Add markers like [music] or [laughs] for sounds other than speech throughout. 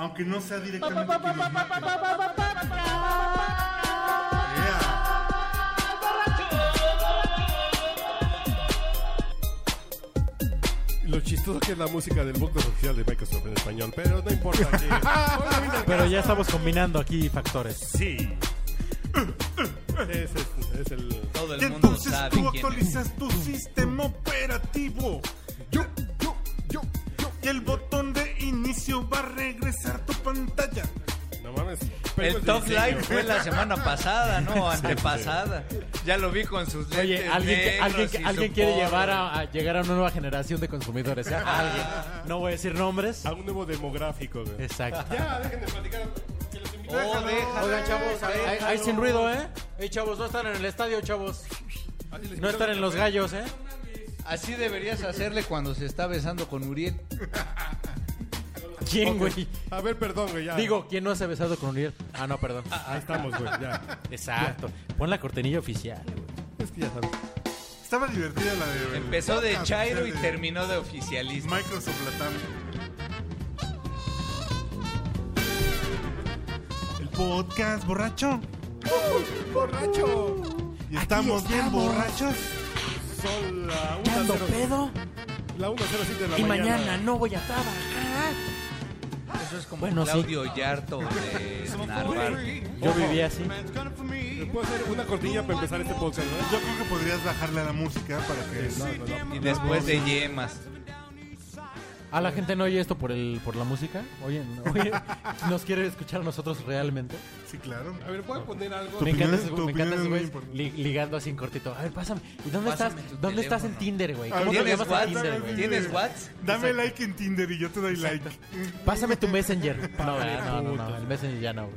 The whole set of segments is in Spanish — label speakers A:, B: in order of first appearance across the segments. A: aunque no sea directamente que los mate. Yeah.
B: Lo chistoso que es la música del book oficial de Microsoft en español, pero no importa. que-
C: Pero ya estamos combinando aquí factores.
B: Sí. Ese es, es el.
D: Todo
A: Y
D: el mundo
A: entonces
D: sabe
A: tú
D: quién es.
A: actualizas tu sistema operativo. Yo, yo, yo, yo. Y el botón de inicio va a regresar tu pantalla.
B: No mames.
D: El
B: Juegos de
D: Top
B: diseño.
D: Live fue la semana pasada, ¿no? O antepasada. Ya lo vi con sus lentes
C: Oye, alguien, que-
D: negros
C: alguien, que-
D: y
C: alguien
D: su
C: quiere
D: porro.
C: llevar a, a llegar a una nueva generación de consumidores. ¿eh? Alguien. No voy a decir nombres.
B: A un nuevo demográfico, güey.
C: Exacto.
B: Ya, dejen de platicar. Que los invito
D: Oh, déjalo.
C: Oigan, chavos, ahí, ahí- ahí sin ruido, ¿eh? Ey, chavos, no están en el estadio, chavos. No están en los gallos, ¿eh?
D: Así deberías hacerle cuando se está besando con Uriel.
C: ¿Quién, güey?
B: A ver, perdón, güey, ya.
C: Digo, ¿quién no se ha besado con Uriel? Ah, no, perdón.
B: Ahí estamos, güey,
C: [laughs]
B: ya.
C: Exacto. Pon la cortinilla oficial.
B: Es que ya sabes.
A: Estaba divertida la de.
D: Empezó de
A: Ah,
D: Chairo y
A: de-
D: terminó de oficialista.
A: Microsoft Latam. El podcast borracho.
B: ¡Borracho!
A: Y estamos, bien borrachos.
B: Son la 1.07 La 1.07 de la mañana.
C: no voy a trabajar.
D: Eso es como
C: Bueno, sí.
D: Claudio Yarto de Narvarte.
C: Yo vivía así.
B: Puedo hacer una cortilla para empezar este podcast, ¿no?
A: Yo creo que podrías bajarle a la música para que.
D: Y después de Yemas.
C: ¿A Ah, la gente no oye esto por el por la música? Oye, no, oye, [laughs] ¿nos quiere escuchar a nosotros realmente?
A: Sí, claro.
B: A ver, ¿puedo poner algo?
C: Me
A: opinión-
C: encanta ese
A: tu
C: me
A: opinión
C: encanta
A: es
C: ese
A: muy
C: güey
A: importante.
C: li- ligando así en cortito. A ver, pásame. ¿Y dónde
D: Pásame
C: estás?
D: tu
C: ¿Dónde estás en
D: teléfono.
C: Tinder, güey?
A: A ver,
C: ¿Cómo te
D: ¿Tienes
C: llamas en
D: WhatsApp?
C: Tinder, güey?
D: ¿Tienes WhatsApp?
A: Dame like en Tinder y yo te doy like.
C: Pásame tu Messenger. No, güey, no, no, no, el Messenger ya no, güey.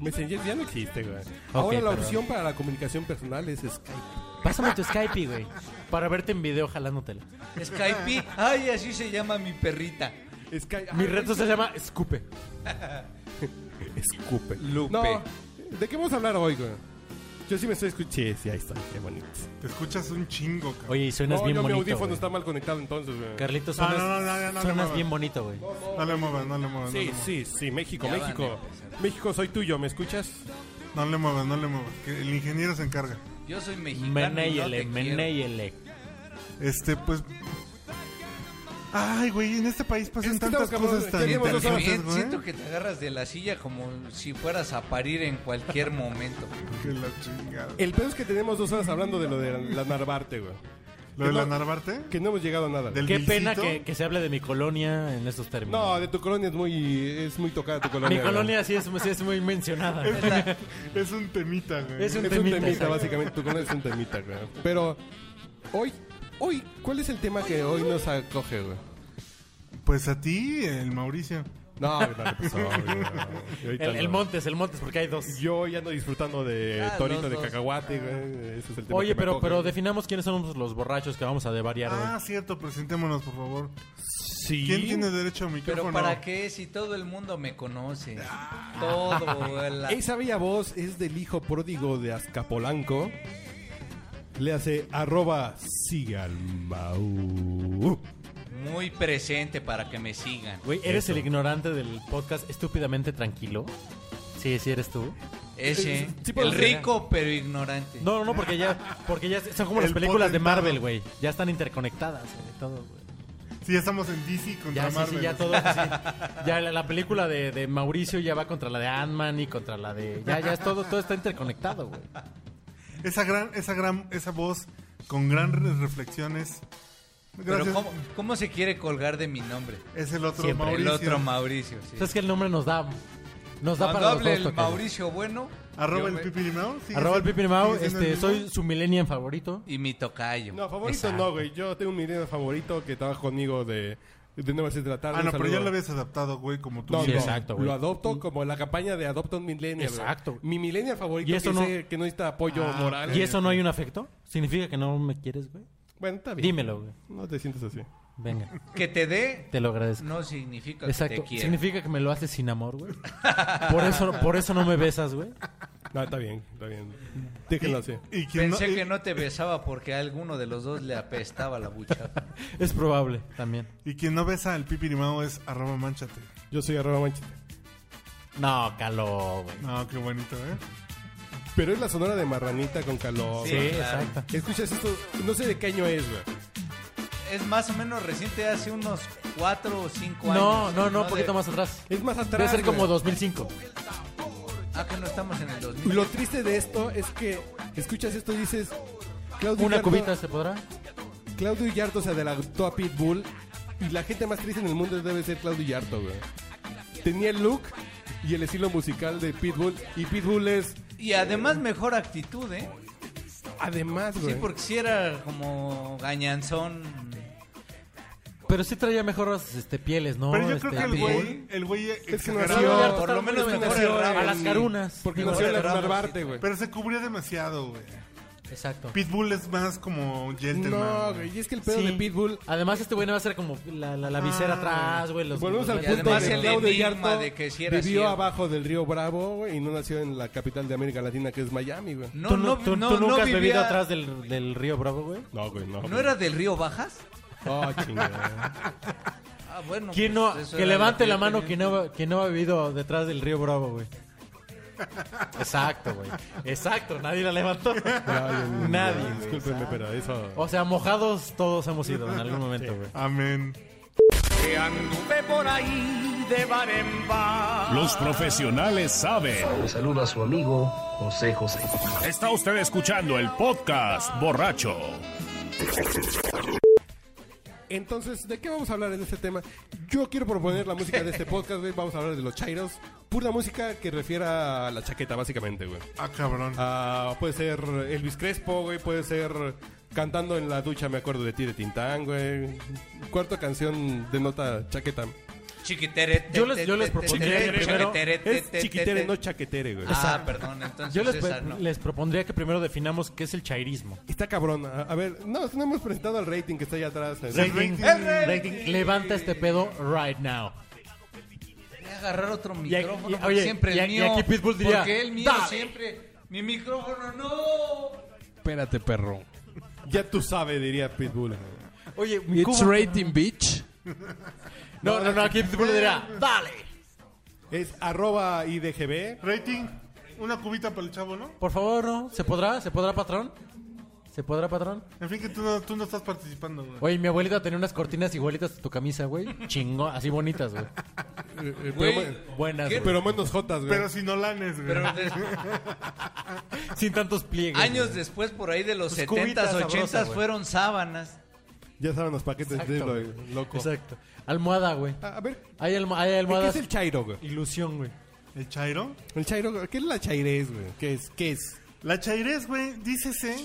B: Messenger ya no existe, güey. Ahora la
C: perdón.
B: opción para la comunicación personal es Skype.
C: Pásame tu Skype, güey, para verte en video jalándotela.
D: Skype. Ay, así se llama mi perrita.
B: Skype. Ah,
C: Mi red social se llama Scupe.
B: Escupe.
D: Lupe.
B: No, ¿de qué vamos a hablar hoy, güey? Yo sí me estoy escuchando. Sí, sí, ahí está. Qué bonito.
A: Te escuchas un chingo, cabrón.
C: Oye, y suenas
B: no,
C: bien
B: yo mi
C: bonito.
B: audífono
C: güey.
B: está mal conectado entonces, güey.
C: Carlitos,
A: No,
C: suenas,
A: no, no, no, no,
C: suenas
A: no.
C: bien bonito, güey.
A: No le muevas, no le muevas.
B: Sí,
A: no le muevas.
B: sí, sí, México,
D: Ya van a
B: México.
D: empezar.
B: México, soy tuyo, ¿me escuchas?
A: No le muevas, no le muevas. Que el ingeniero se encarga.
D: Yo soy mexicano. y no
C: Menéyele,
D: te quiero.
C: menéyele.
A: Este, pues. Ay, güey, en este país pasan
B: Es que
A: tantas
B: estamos cabrón,
A: cosas tan
B: tenemos dos horas.
A: interesantes,
D: También
A: güey.
D: Pues, siento que te agarras de la silla como si fueras a parir en cualquier momento.
A: Que la chingada.
B: El peor es que tenemos dos horas hablando de lo de la Narvarte, güey.
A: ¿Lo de
B: Que
A: la
B: no-
A: Narvarte?
B: Que no hemos llegado a nada.
A: Del- ¿El
C: Qué
A: Vilcito?
C: pena que, que se hable de mi colonia en estos términos.
B: No, de tu colonia es muy, es muy tocada tu colonia.
C: mi
B: güey.
C: colonia sí es, sí es muy mencionada. güey.
A: [laughs] Es un temita, güey.
C: Es un
B: es
C: temita,
B: un temita,
C: exacto.
B: básicamente. Tu colonia es un temita, güey. Pero hoy, hoy, ¿cuál es el tema que hoy nos acoge, güey?
A: Pues a ti, el Mauricio.
B: No, güey, no le pasó, güey. Ahorita
C: El, el
B: no.
C: Montes, el Montes, porque hay dos.
B: Yo ya ando disfrutando de
D: Ah,
B: torito
D: los
B: de
D: dos.
B: cacahuate, güey. Ese es el tema
C: Oye,
B: que me
C: pero,
B: acoge.
C: pero definamos quiénes somos los borrachos que vamos a devariar hoy.
A: Ah, cierto, presentémonos, por favor.
B: Sí.
A: ¿Quién tiene derecho a
D: Pero
A: micrófono?
D: ¿para qué si todo el mundo me conoce? Todo. La...
B: Esa bella voz es del hijo pródigo de Azcapolanco. Le hace arroba siga al Mau.
D: Muy presente para que me sigan.
C: Güey, ¿eres el ignorante del podcast estúpidamente tranquilo? Sí, sí eres tú.
D: Ese.
B: Sí, puedo
D: el
B: ser.
D: rico pero ignorante.
C: No, no, no, porque ya, porque ya son como
A: El
C: las películas de
A: potentado.
C: Marvel, güey. Ya están interconectadas, eh, todo, güey.
A: Sí, ya estamos en DC contra
C: Ya, sí,
A: Marvel.
C: sí, ya todo.
A: [laughs]
C: sí. Ya la, la película de, de Mauricio ya va contra la de Ant-Man y contra la de. Ya, ya es todo, todo está interconectado, güey.
A: Esa gran, esa gran, esa voz con grandes reflexiones.
D: pero
A: Gracias.
D: ¿cómo, cómo se quiere colgar de mi nombre?
A: Es el otro
C: Siempre,
A: Mauricio.
D: El otro Mauricio. sí.
C: ¿Sabes que el nombre nos da. Nos da
D: Cuando
C: para los
D: hable
C: dos
D: el
C: tocayo.
D: Mauricio bueno. yo
A: Arroba el
D: me-
A: Pipi Mau. ¿sigue
C: Arroba el
A: siendo-
C: Pipi Mau,
A: sigue siendo el
C: este,
A: mismo?
C: soy su millennial favorito.
D: Y mi tocayo.
B: No, favorito no, güey. Yo tengo un millennial favorito que trabaja conmigo de, de 9 a 6 de la tarde.
A: Ah, no,
B: Un
A: pero
B: saludo.
A: ya lo habías adaptado, güey, como tú.
B: No,
C: Sí,
B: no,
A: mismo.
C: exacto, güey.
B: Lo adopto como la campaña de Adopta un Millennial. güey.
C: Exacto.
B: Mi millennial favorito
C: Y eso
B: que,
C: no- Ah,
B: sé que no necesita apoyo moral.
C: ¿Y eso no hay un afecto? ¿Significa que no me quieres, güey?
B: Bueno, está bien.
C: Dímelo, güey.
B: No te sientes así.
C: Venga,
D: Que te dé
C: te lo agradezco.
D: no significa que
C: Exacto.
D: te quiera.
C: Significa que me lo haces sin amor, güey. Por eso, por eso no me besas, güey.
B: No, está bien, está bien. Déjenlo así.
A: Y quien
D: Pensé
A: no,
D: que no te besaba porque a alguno de los dos le apestaba la buchaca.
C: Es probable también.
A: Y quien no besa al pipirimao es arroba manchate.
B: Yo soy arroba manchete.
C: No, caló, güey.
A: No, qué bonito, ¿eh?
B: Pero es la sonora de marranita con calor.
C: Sí,
B: güey.
D: claro.
C: exacto.
B: Escuchas esto, no sé de qué año es, güey.
D: Es más o menos reciente, hace unos 4 o 5 años.
C: No, no, no, un
D: De-
C: poquito más atrás.
B: Es más atrás.
C: Debe ser como
B: güey.
C: 2005.
D: Ah, que no estamos en el
B: Y
D: 2000.
B: Lo triste de esto es que escuchas esto y dices, Claudio
C: ¿Una
B: Yarto-
C: cubita se podrá?
B: Claudio Yarto se adelantó a Pitbull y la gente más triste en el mundo debe ser Claudio Yarto, güey. Tenía el look y el estilo musical de Pitbull y Pitbull es
D: Y además mejor actitud, ¿eh?
B: además,
D: Sí,
B: güey.
D: porque si era como gañanzón.
C: Pero sí traía mejores este, pieles, ¿no?
A: Pero yo
C: Este,
A: creo que el
C: Pitbull.
A: güey, el güey
B: que
A: exageraba,
B: nació-
C: Claudio Yarto
D: por lo
C: está
D: menos
C: muy
D: mejor
C: mejor
D: el rap.
C: a las carunas.
B: porque
D: Mejor
B: nació en la
D: el rap,
B: Narvarte, güey.
A: pero se cubría demasiado, güey.
C: Exacto.
A: Pitbull es más como Gentleman.
B: No,
A: güey.
B: güey, y es que el pedo
C: Sí.
B: de Pitbull
C: Además, este güey no va a ser como la, la, la visera
A: Ah.
C: atrás, güey. Los,
B: pues, Volvemos
C: los-
B: al
D: Y
B: punto
D: además
B: de
D: el
B: Claudio
D: enigma
B: Yarto
D: de que si era
B: vivió
D: ciego.
B: abajo del río Bravo güey, y no nació en la capital de América Latina que es Miami, güey.
D: No,
C: ¿Tú,
D: no,
C: no, tú-
D: no,
C: tú
D: no
C: nunca has bebido
D: vivía-
C: atrás del, del río Bravo, güey?
B: No, güey, no.
D: ¿No era del río Bajas?
B: Oh, chingada.
D: Ah, bueno.
C: ¿Quién
D: pues,
C: no?
D: eso
C: Que
D: era
C: levante
D: lo
C: la
D: yo
C: mano
D: tenía.
C: quien no, quien no ha vivido detrás del río Bravo, [laughs] güey. Exacto, güey. Exacto, nadie la [laughs] levantó. Nadie, güey.
B: Discúlpenme, pero eso.
C: O sea, mojados todos hemos ido en algún momento, güey.
A: Amén.
E: Que anduve por ahí de bar en bar.
F: Los profesionales saben.
G: Le saluda a su amigo José José.
F: Está usted escuchando el podcast borracho.
B: Entonces, ¿de qué vamos a hablar en este tema? Yo quiero proponer la música de este podcast, güey. Vamos a hablar de los chairos. Pura música que refiera a la chaqueta, básicamente, güey.
A: Ah, cabrón.
B: Ah, puede ser Elvis Crespo, güey. Puede ser cantando en la ducha, me acuerdo de ti, de Tintán, güey. Cuarta canción de nota chaqueta.
D: Chiquitere.
C: Yo les- yo les propondría que primero-
B: Es chiquitere, no chaquetere, güey.
D: Ah, perdón, entonces
C: Yo les,
D: esa no.
C: les propondría que primero definamos qué es el chairismo.
B: Está cabrón. A a ver, no, no hemos presentado al rating que está allá atrás. ¿eh?
A: Rating.
C: Rating, levanta este pedo right now.
D: Voy a agarrar otro
C: Y aquí-
D: micrófono,
C: y-
D: porque
C: oye,
D: siempre
C: y-
D: el
C: y
D: mío.
C: aquí Pitbull diría,
D: Porque el mío
C: "Dale".
D: siempre. Mi micrófono, no.
H: Espérate, perro.
B: Ya tú sabes, diría Pitbull.
C: Oye,
H: It's
C: Cuba-
H: rating, bitch.
C: No, no, no, aquí Pitbull [laughs] dirá, dale.
B: Es arroba IDGB.
A: Rating, una cubita para el chavo, ¿no?
C: Por favor, no. ¿Se podrá? ¿Se podrá, patrón? ¿Se podrá, patrón?
A: En fin, que tú no, tú no estás participando, güey.
C: Oye, mi abuelita tenía unas cortinas igualitas a tu camisa, güey. Chingo, así bonitas, güey.
B: Pero,
D: Güey,
B: me-
C: Buenas,
D: ¿Qué?
C: güey.
B: pero menos Jotas, güey.
A: Pero si no lanes, güey.
D: Pero des- [laughs]
C: Sin tantos pliegues.
D: años después, por ahí de los
C: Pues
D: 70s,
C: cubita sabrosa,
D: 80s,
C: güey.
D: fueron sábanas.
B: Ya saben los paquetes
C: Exacto,
B: de lo-
C: güey.
B: loco.
C: Exacto. Almohada, güey.
B: A a ver,
C: Hay, almo- hay
B: ¿de ¿qué
C: almohadas.
B: es el chairo, güey?
C: Ilusión, güey.
A: ¿El chairo?
B: El chairo, güey, ¿qué es la chairez, güey? ¿Qué es? ¿Qué es?
A: La chairez, güey, dícese.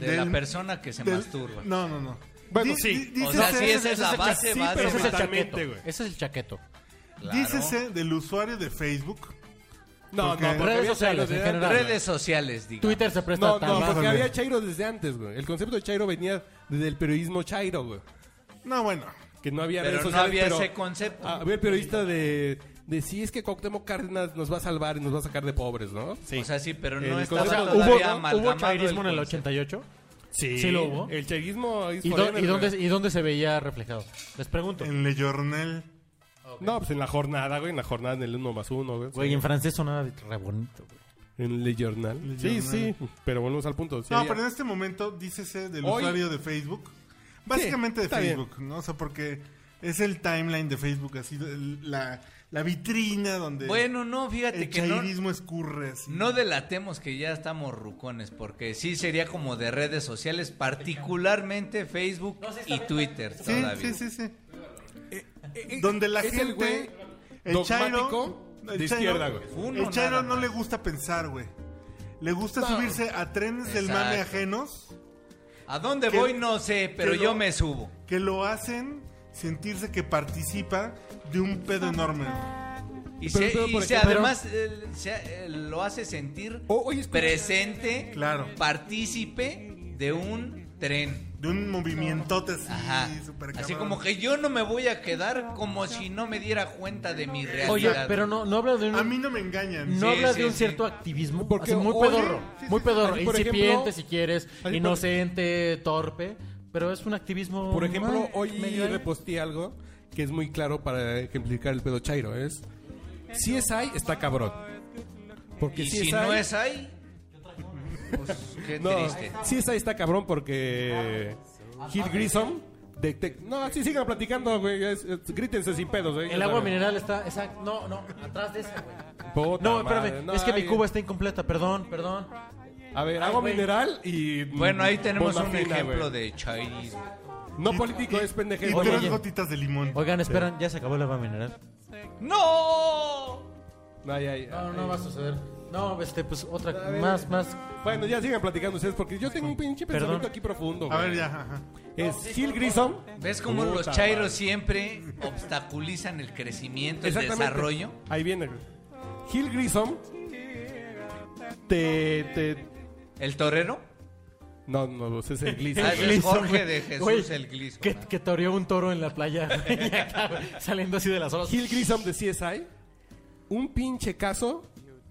D: De
A: del-
D: la persona que se
A: del-
D: masturba.
A: No, no, no.
B: Bueno,
A: Di-
B: sí.
A: di-
D: O
A: dícese-
D: sea, sí, esa es la
B: ese
D: base,
B: chasis,
D: base.
B: pero
C: Ese es el
B: Totalmente,
C: chaqueto.
B: güey.
C: Ese es el chaqueto.
D: Claro.
A: dícese del usuario de Facebook.
B: No,
A: Porque-
B: no, porque
C: Redes
B: había
C: sociales,
B: chairos
C: en
B: de
C: general.
D: Redes sociales, digo.
C: Twitter se presta
B: No,
C: tan
B: no, porque
A: Ándale.
B: había chairo desde antes, güey. El concepto de chairo venía desde el periodismo chairo, güey.
A: No, bueno.
B: Que no había
D: Pero
B: redes
D: no
B: sociales,
D: había
B: pero
D: ese concepto.
B: Había el periodista de, de si es que Cuauhtémoc Cárdenas nos va a salvar y nos va a sacar de pobres, ¿no?
D: O sea, sí, pero no
B: El
D: estaba
C: O sea,
B: concepto-
D: todavía
C: ¿hubo, ¿hubo
D: amalgamado
C: chairismo en el
D: concepto.
C: 88?
B: Sí.
C: Sí lo hubo.
B: El chairismo es
C: ¿Y, dó-
B: forever,
C: y
B: güey.
C: dónde, ¿Y dónde se veía reflejado? Les pregunto.
A: En Le Journal.
B: No, pues en la jornada, güey. En la jornada en el 1 más 1, güey.
C: Güey, en francés sonaba de- re bonito, güey.
B: En Le Journal.
A: Le
B: sí,
A: Journal.
B: sí. Pero volvemos al punto.
A: No,
B: Sería-
A: pero en este momento dícese del
B: Hoy-
A: usuario de Facebook. Básicamente de
B: está bien.
A: Facebook, ¿no? O sea, porque es el timeline de Facebook, así, el- la, la vitrina donde
D: Bueno, no, fíjate
A: el
D: que no,
A: chairismo escurre. así.
D: no delatemos que ya estamos rucones, porque sí sería como de redes sociales, particularmente Facebook y Twitter
A: Sí,
D: todavía.
A: sí, sí, sí.
B: Eh, eh,
A: Donde la
B: es
A: gente.
B: el güey dogmático de izquierda, güey.
D: Uno
A: el chairo
D: nada
A: no
D: más.
A: le gusta pensar, güey. Le gusta subirse a trenes del
D: Exacto.
A: mame ajenos
D: ¿A dónde
A: Que-
D: voy? No sé, pero
A: que
D: yo
A: lo-
D: me subo.
A: que lo hacen sentirse que participa de un pedo enorme. güey.
D: Y,
B: Pero,
D: se-
B: pero,
D: y
B: por
D: se-
B: ejemplo-
D: además eh, se- eh, lo hace sentir
B: O- oye, escucha.
D: presente,
A: Claro.
D: partícipe de un tren.
A: De un movimientote así,
D: Ajá.
A: súper
D: Así
A: cabrón.
D: como que yo no me voy a quedar como si no me diera cuenta de mi realidad.
C: Oye, pero no, no habla de un...
A: A mí no me engañan.
C: No
D: Sí,
C: habla
D: sí,
C: de un
D: sí.
C: cierto activismo
B: Porque
C: así muy
B: hoy-
C: pedorro,
A: sí, sí,
C: muy
A: sí.
C: pedorro,
B: Así, por
C: incipiente
B: ejemplo-
C: si quieres,
B: por-
C: inocente, torpe, pero es un activismo
B: Por ejemplo,
C: normal,
B: hoy
C: medio ahí.
B: reposté algo que es muy claro para ejemplificar el pedo chairo. Es Si es ahí, está cabrón. Porque
D: Y
B: CSI
D: si no es ahí, pues qué
B: no,
D: triste.
B: CSI está cabrón porque Heath Grissom detec- No, sí, sigan platicando, güey. es- es- grítense sin pedos, ¿eh? güey.
C: El agua mineral está. Exacto. No, no, atrás de esa, güey.
B: Puta
C: No,
B: madre,
C: espérame.
B: no,
C: es que mi
B: ahí-
C: cuba está incompleta. Perdón, perdón.
B: A ver, agua
C: güey.
B: mineral y. mm,
D: Bueno, ahí tenemos un
B: bonafina,
D: ejemplo
B: güey.
D: de Chinese. güey.
B: No político, es
A: Y
B: pendejero.
C: Oye,
A: tres
C: oye.
A: gotitas de limón.
C: Oigan, esperan, ya se acabó el agua mineral.
D: ¡No!
B: Ay, ay,
C: No,
B: ay.
C: no va a suceder. No, este, pues otra.
B: A ver.
C: Más, más.
B: Bueno, ya sigan platicando ustedes porque yo tengo un pinche
C: Perdón.
B: pensamiento aquí profundo.
A: A
B: güey.
A: ver, ya. ajá.
B: Es Gil Grissom.
D: ¿Ves cómo los
B: Puta
D: chairos
B: madre.
D: siempre obstaculizan el crecimiento, el
B: Exactamente.
D: desarrollo?
B: Ahí viene. Gil Grissom. Te, te.
D: ¿El torero?
B: No, no, ese es el Glissom.
D: [laughs] Ah,
B: güey.
D: es Jorge
C: güey.
D: de Jesús
C: Güey,
D: el Gliso.
C: Que, que toreó un toro en la playa. güey, y acaba saliendo así de las olas.
B: Gil Grissom de CSI. Un pinche caso